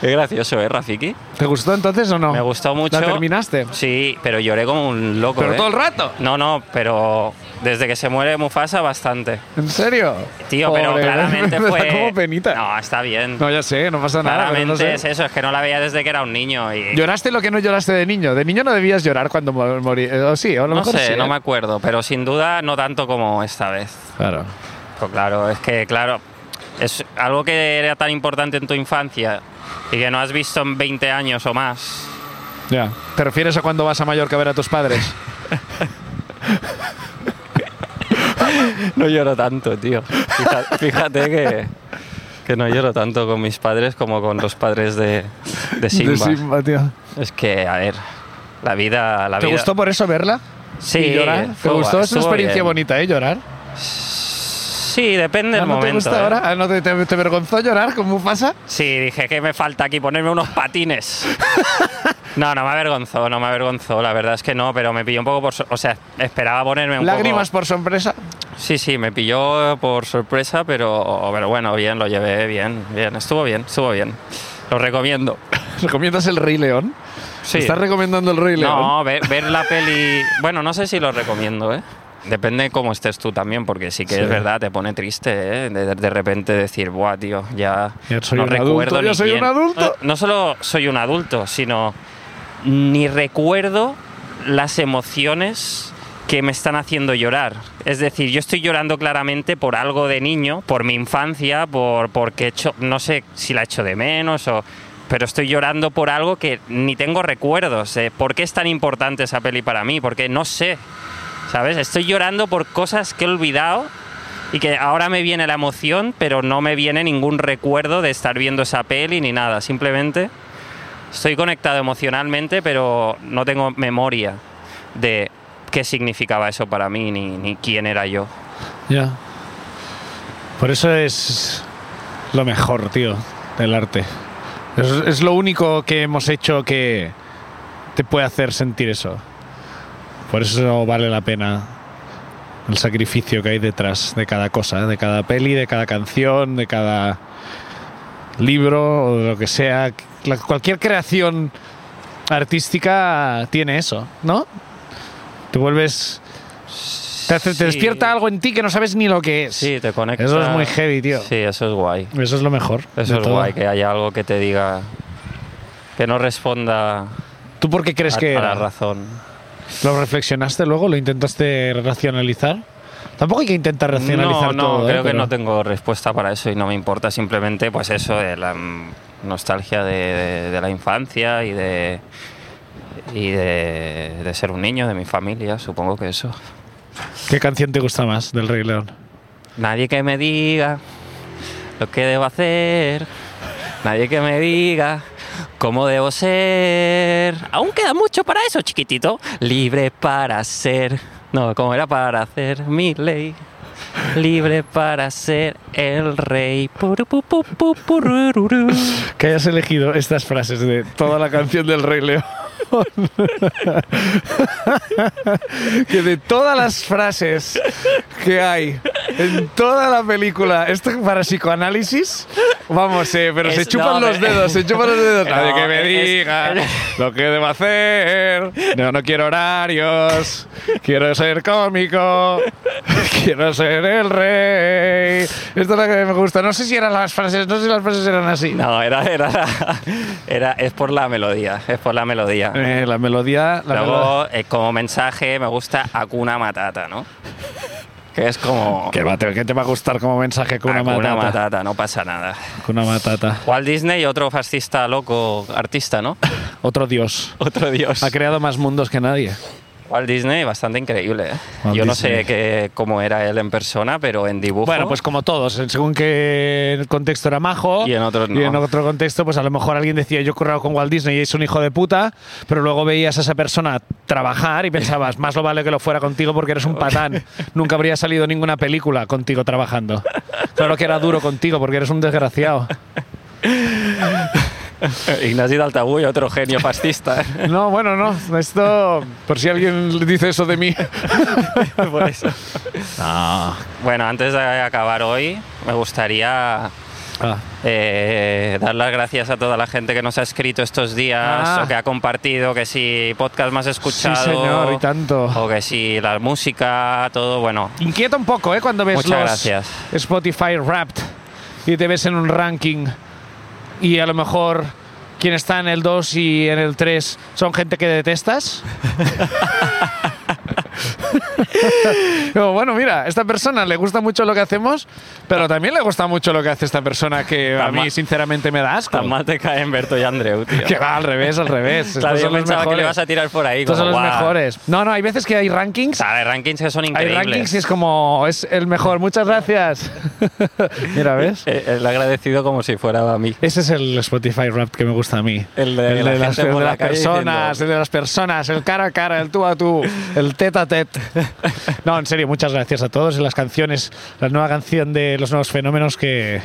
[SPEAKER 2] Qué gracioso, ¿eh, Rafiki?
[SPEAKER 1] ¿Te gustó entonces o no?
[SPEAKER 2] Me gustó mucho.
[SPEAKER 1] ¿La terminaste?
[SPEAKER 2] Sí, pero lloré como un loco.
[SPEAKER 1] ¿Pero
[SPEAKER 2] ¿eh?
[SPEAKER 1] todo el rato?
[SPEAKER 2] No, no, pero desde que se muere Mufasa bastante.
[SPEAKER 1] ¿En serio?
[SPEAKER 2] Tío, pero
[SPEAKER 1] Pobre, [LAUGHS]
[SPEAKER 2] claramente
[SPEAKER 1] me da
[SPEAKER 2] fue.
[SPEAKER 1] como penita. No.
[SPEAKER 2] No, está bien.
[SPEAKER 1] ya sé, no pasa nada. pero
[SPEAKER 2] claramente
[SPEAKER 1] no sé.
[SPEAKER 2] es eso, es que no la veía desde que era un niño. Y...
[SPEAKER 1] Lloraste lo que no lloraste de niño. De niño no debías llorar cuando mo- morí. eh, O sí, o a lo
[SPEAKER 2] no
[SPEAKER 1] mejor
[SPEAKER 2] sé,
[SPEAKER 1] sí,
[SPEAKER 2] no
[SPEAKER 1] ¿eh?
[SPEAKER 2] me acuerdo, pero sin duda no tanto como esta vez.
[SPEAKER 1] Claro.
[SPEAKER 2] Pues claro, es que claro, es algo que era tan importante en tu infancia y que no has visto en 20 años o más.
[SPEAKER 1] Ya. ¿Te refieres a cuando vas a Mallorca a ver a tus padres?
[SPEAKER 2] No lloro tanto, tío. [LAUGHS] Fíjate, fíjate que, que no lloro tanto con mis padres como con los padres de, de Simba.
[SPEAKER 1] De Simba, tío.
[SPEAKER 2] Es que, a ver, la vida... La
[SPEAKER 1] ¿Te
[SPEAKER 2] vida-
[SPEAKER 1] gustó por eso verla?
[SPEAKER 2] Sí,
[SPEAKER 1] ¿Y llorar? ¿Te
[SPEAKER 2] fue
[SPEAKER 1] gustó?
[SPEAKER 2] guay,
[SPEAKER 1] Es una
[SPEAKER 2] estuvo
[SPEAKER 1] experiencia
[SPEAKER 2] bien.
[SPEAKER 1] bonita, ¿eh? Llorar.
[SPEAKER 2] Sí, depende
[SPEAKER 1] ¿Ah,
[SPEAKER 2] del
[SPEAKER 1] ¿No te
[SPEAKER 2] momento.
[SPEAKER 1] gusta
[SPEAKER 2] ¿eh?
[SPEAKER 1] ahora? ¿Ah, ¿No te, te, te avergonzó llorar con Mufasa?
[SPEAKER 2] Sí, dije que me falta aquí ponerme
[SPEAKER 1] [LAUGHS]
[SPEAKER 2] unos patines. No, no me avergonzó, no me avergonzó, la verdad es que no, pero me pilló un poco por... sor- O sea, esperaba ponerme un
[SPEAKER 1] Lágrimas
[SPEAKER 2] poco...
[SPEAKER 1] por sorpresa. [LAUGHS]
[SPEAKER 2] Sí, sí, me pilló por sorpresa, pero, pero bueno, bien, lo llevé bien, bien, estuvo bien, estuvo bien. Lo recomiendo.
[SPEAKER 1] ¿Recomiendas el Rey León?
[SPEAKER 2] Sí.
[SPEAKER 1] ¿Estás recomendando el Rey León?
[SPEAKER 2] No, ver, ver la peli... Bueno, no sé si lo recomiendo, ¿eh? Depende cómo estés tú también, porque sí que
[SPEAKER 1] Sí.
[SPEAKER 2] es verdad, te pone triste, ¿eh? De, de repente decir, buah, tío, ya,
[SPEAKER 1] Ya soy
[SPEAKER 2] no
[SPEAKER 1] un
[SPEAKER 2] recuerdo
[SPEAKER 1] adulto,
[SPEAKER 2] ni
[SPEAKER 1] ya soy un
[SPEAKER 2] quién".
[SPEAKER 1] adulto.
[SPEAKER 2] No, no solo soy un adulto, sino ni recuerdo las emociones que me están haciendo llorar. Es decir, yo estoy llorando claramente por algo de niño, por mi infancia, por porque he hecho, no sé si la echo de menos o pero estoy llorando por algo que ni tengo recuerdos. eh. ¿Por qué es tan importante esa peli para mí? Porque no sé. ¿Sabes? Estoy llorando por cosas que he olvidado y que ahora me viene la emoción, pero no me viene ningún recuerdo de estar viendo esa peli ni nada. Simplemente estoy conectado emocionalmente, pero no tengo memoria de qué significaba eso para mí ni, ni quién era yo.
[SPEAKER 1] Ya. Por eso es lo mejor, tío, del arte. Es, es lo único que hemos hecho que te puede hacer sentir eso. Por eso vale la pena el sacrificio que hay detrás de cada cosa, de cada peli, de cada canción, de cada libro o de lo que sea. La- cualquier creación artística tiene eso, ¿no? Te vuelves... Te, hace- te
[SPEAKER 2] Sí.
[SPEAKER 1] despierta algo en ti que no sabes ni lo que es.
[SPEAKER 2] Sí, te conecta.
[SPEAKER 1] Eso es muy heavy, tío.
[SPEAKER 2] Sí, eso es guay.
[SPEAKER 1] Eso es lo mejor. de
[SPEAKER 2] Eso es
[SPEAKER 1] todo.
[SPEAKER 2] guay, que haya algo que te diga que no responda
[SPEAKER 1] ¿Tú por qué crees
[SPEAKER 2] a,
[SPEAKER 1] que
[SPEAKER 2] a la
[SPEAKER 1] era?
[SPEAKER 2] razón.
[SPEAKER 1] lo reflexionaste luego? ¿Lo intentaste racionalizar? Tampoco hay que intentar racionalizar
[SPEAKER 2] no, no,
[SPEAKER 1] todo. ¿eh?
[SPEAKER 2] creo que
[SPEAKER 1] Pero-
[SPEAKER 2] no tengo respuesta para eso y no me importa. Simplemente, pues eso, de la mm, nostalgia de, de- de la infancia y de y de, de ser un niño, de mi familia, supongo que eso.
[SPEAKER 1] ¿Qué canción te gusta más del Rey León?
[SPEAKER 2] Nadie que me diga lo que debo hacer. Nadie que me diga cómo debo ser. Aún queda mucho para eso, chiquitito. Libre para ser. No, como era para hacer mi ley. Libre para ser el rey. Puru, pu, pu, pu, purururu.
[SPEAKER 1] Que hayas elegido estas frases de toda la canción del Rey León. [LAUGHS] que de todas las frases que hay en toda la película, esto para psicoanálisis, vamos, eh, pero se
[SPEAKER 2] Es-
[SPEAKER 1] chupan
[SPEAKER 2] no,
[SPEAKER 1] los
[SPEAKER 2] pero-
[SPEAKER 1] dedos, se chupan los dedos.
[SPEAKER 2] No,
[SPEAKER 1] Nadie que me
[SPEAKER 2] es-
[SPEAKER 1] diga lo que debo hacer. No, no quiero horarios. Quiero ser cómico. Quiero ser el rey. Esto es lo que me gusta. No sé si eran las frases, no sé si las frases eran así.
[SPEAKER 2] No, era, era, era. Es por la melodía. Es por la melodía.
[SPEAKER 1] Eh, la melodía. La melo-
[SPEAKER 2] Luego, eh, como mensaje, me gusta Hakuna Matata, ¿no? Que es como.
[SPEAKER 1] ¿Qué, va, te- qué te va a gustar como mensaje con una
[SPEAKER 2] Hakuna
[SPEAKER 1] matata?
[SPEAKER 2] Ah, Matata, no pasa nada.
[SPEAKER 1] Con una matata.
[SPEAKER 2] Walt Disney, otro fascista loco, artista, ¿no?
[SPEAKER 1] [LAUGHS] Otro dios.
[SPEAKER 2] Otro dios.
[SPEAKER 1] Ha creado más mundos que nadie.
[SPEAKER 2] Walt Disney, bastante increíble. ¿eh?
[SPEAKER 1] Walt
[SPEAKER 2] Yo no
[SPEAKER 1] Disney.
[SPEAKER 2] sé qué- cómo era él en persona, pero en dibujo.
[SPEAKER 1] Bueno, pues como todos, en- según qué contexto era majo.
[SPEAKER 2] Y en otros no.
[SPEAKER 1] Y en otro contexto, pues a lo mejor alguien decía, yo he currado con Walt Disney y es un hijo de puta, pero luego veías a esa persona trabajar y pensabas, más lo vale que lo fuera contigo porque eres un patán. Nunca habría salido ninguna película contigo trabajando. Claro que era duro contigo porque eres un desgraciado.
[SPEAKER 2] Ignacio de Altabuy, otro genio fascista. ¿eh?
[SPEAKER 1] [LAUGHS] No, bueno, no. Esto, por si alguien le dice eso de mí.
[SPEAKER 2] Por eso. Bueno, antes de acabar hoy, me gustaría
[SPEAKER 1] Ah.
[SPEAKER 2] eh, dar las gracias a toda la gente que nos ha escrito estos días
[SPEAKER 1] Ah.
[SPEAKER 2] o que ha compartido, que si podcast más escuchado.
[SPEAKER 1] señor, y tanto.
[SPEAKER 2] O que si la música, todo, bueno.
[SPEAKER 1] Inquieta un poco, ¿eh? Cuando ves
[SPEAKER 2] Muchas
[SPEAKER 1] los
[SPEAKER 2] gracias.
[SPEAKER 1] Spotify Wrapped y te ves en un ranking y a lo mejor quien está en el 2 y en el 3 son gente que detestas. Como, bueno, mira, a esta persona le gusta mucho lo que hacemos, pero también le gusta mucho lo que hace esta persona que a
[SPEAKER 2] Tan
[SPEAKER 1] mí
[SPEAKER 2] mal-
[SPEAKER 1] sinceramente me da asco.
[SPEAKER 2] Tan mal te caen Berto y Andreu, tío.
[SPEAKER 1] Que va al revés, al revés. Estos
[SPEAKER 2] Claro, yo
[SPEAKER 1] son los
[SPEAKER 2] pensaba que le
[SPEAKER 1] mejores.
[SPEAKER 2] vas a tirar por ahí.
[SPEAKER 1] Estos son
[SPEAKER 2] como,
[SPEAKER 1] los
[SPEAKER 2] "Guau".
[SPEAKER 1] mejores. No, no, hay veces que hay rankings
[SPEAKER 2] O sea, hay rankings que son
[SPEAKER 1] hay
[SPEAKER 2] increíbles.
[SPEAKER 1] rankings y es como, es el mejor, muchas gracias. [LAUGHS] Mira, ¿ves?
[SPEAKER 2] Eh, El agradecido como si fuera a mí.
[SPEAKER 1] Ese es el Spotify rap que me gusta a mí.
[SPEAKER 2] El de la
[SPEAKER 1] las,
[SPEAKER 2] gente
[SPEAKER 1] el
[SPEAKER 2] por
[SPEAKER 1] de
[SPEAKER 2] la
[SPEAKER 1] las
[SPEAKER 2] calle
[SPEAKER 1] personas,
[SPEAKER 2] diciendo-
[SPEAKER 1] el de las personas, el cara a cara, el tú a tú, el tet a
[SPEAKER 2] [LAUGHS]
[SPEAKER 1] tet. No, en serio, muchas gracias a todos. Y las canciones, la nueva canción de los nuevos fenómenos que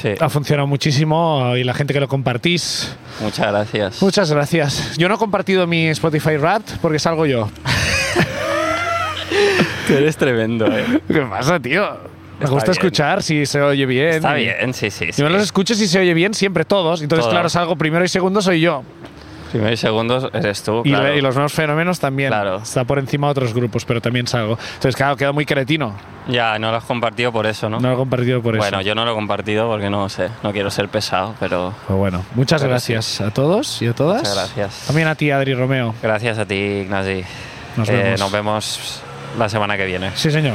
[SPEAKER 2] Sí,
[SPEAKER 1] ha funcionado muchísimo y la gente que lo compartís.
[SPEAKER 2] muchas gracias.
[SPEAKER 1] Muchas gracias. Yo no he compartido mi Spotify rap porque salgo yo.
[SPEAKER 2] Tú eres tremendo, eh.
[SPEAKER 1] ¿Qué pasa, tío? Me
[SPEAKER 2] Está
[SPEAKER 1] gusta
[SPEAKER 2] bien.
[SPEAKER 1] escuchar si se oye bien.
[SPEAKER 2] Está
[SPEAKER 1] y-
[SPEAKER 2] bien, sí, sí.
[SPEAKER 1] Yo
[SPEAKER 2] sí.
[SPEAKER 1] me los escucho si se oye bien, siempre todos. Entonces,
[SPEAKER 2] Todos.
[SPEAKER 1] claro, salgo primero y segundo soy yo.
[SPEAKER 2] Primero y segundos eres tú.
[SPEAKER 1] Y,
[SPEAKER 2] claro.
[SPEAKER 1] le- y los nuevos fenómenos también.
[SPEAKER 2] Claro.
[SPEAKER 1] Está por encima de otros grupos, pero también salgo. Entonces, claro, queda muy cretino.
[SPEAKER 2] Ya, no lo has compartido por eso, ¿no?
[SPEAKER 1] No lo he compartido por
[SPEAKER 2] bueno,
[SPEAKER 1] eso.
[SPEAKER 2] yo no lo he compartido porque no sé, no quiero ser pesado, pero
[SPEAKER 1] Pero bueno, muchas
[SPEAKER 2] Pero
[SPEAKER 1] gracias a todos y a todas.
[SPEAKER 2] Muchas gracias.
[SPEAKER 1] También a ti, Adri Romeo.
[SPEAKER 2] gracias a ti, Ignasi.
[SPEAKER 1] Nos
[SPEAKER 2] Eh,
[SPEAKER 1] vemos.
[SPEAKER 2] nos vemos la semana que viene.
[SPEAKER 1] Sí, señor.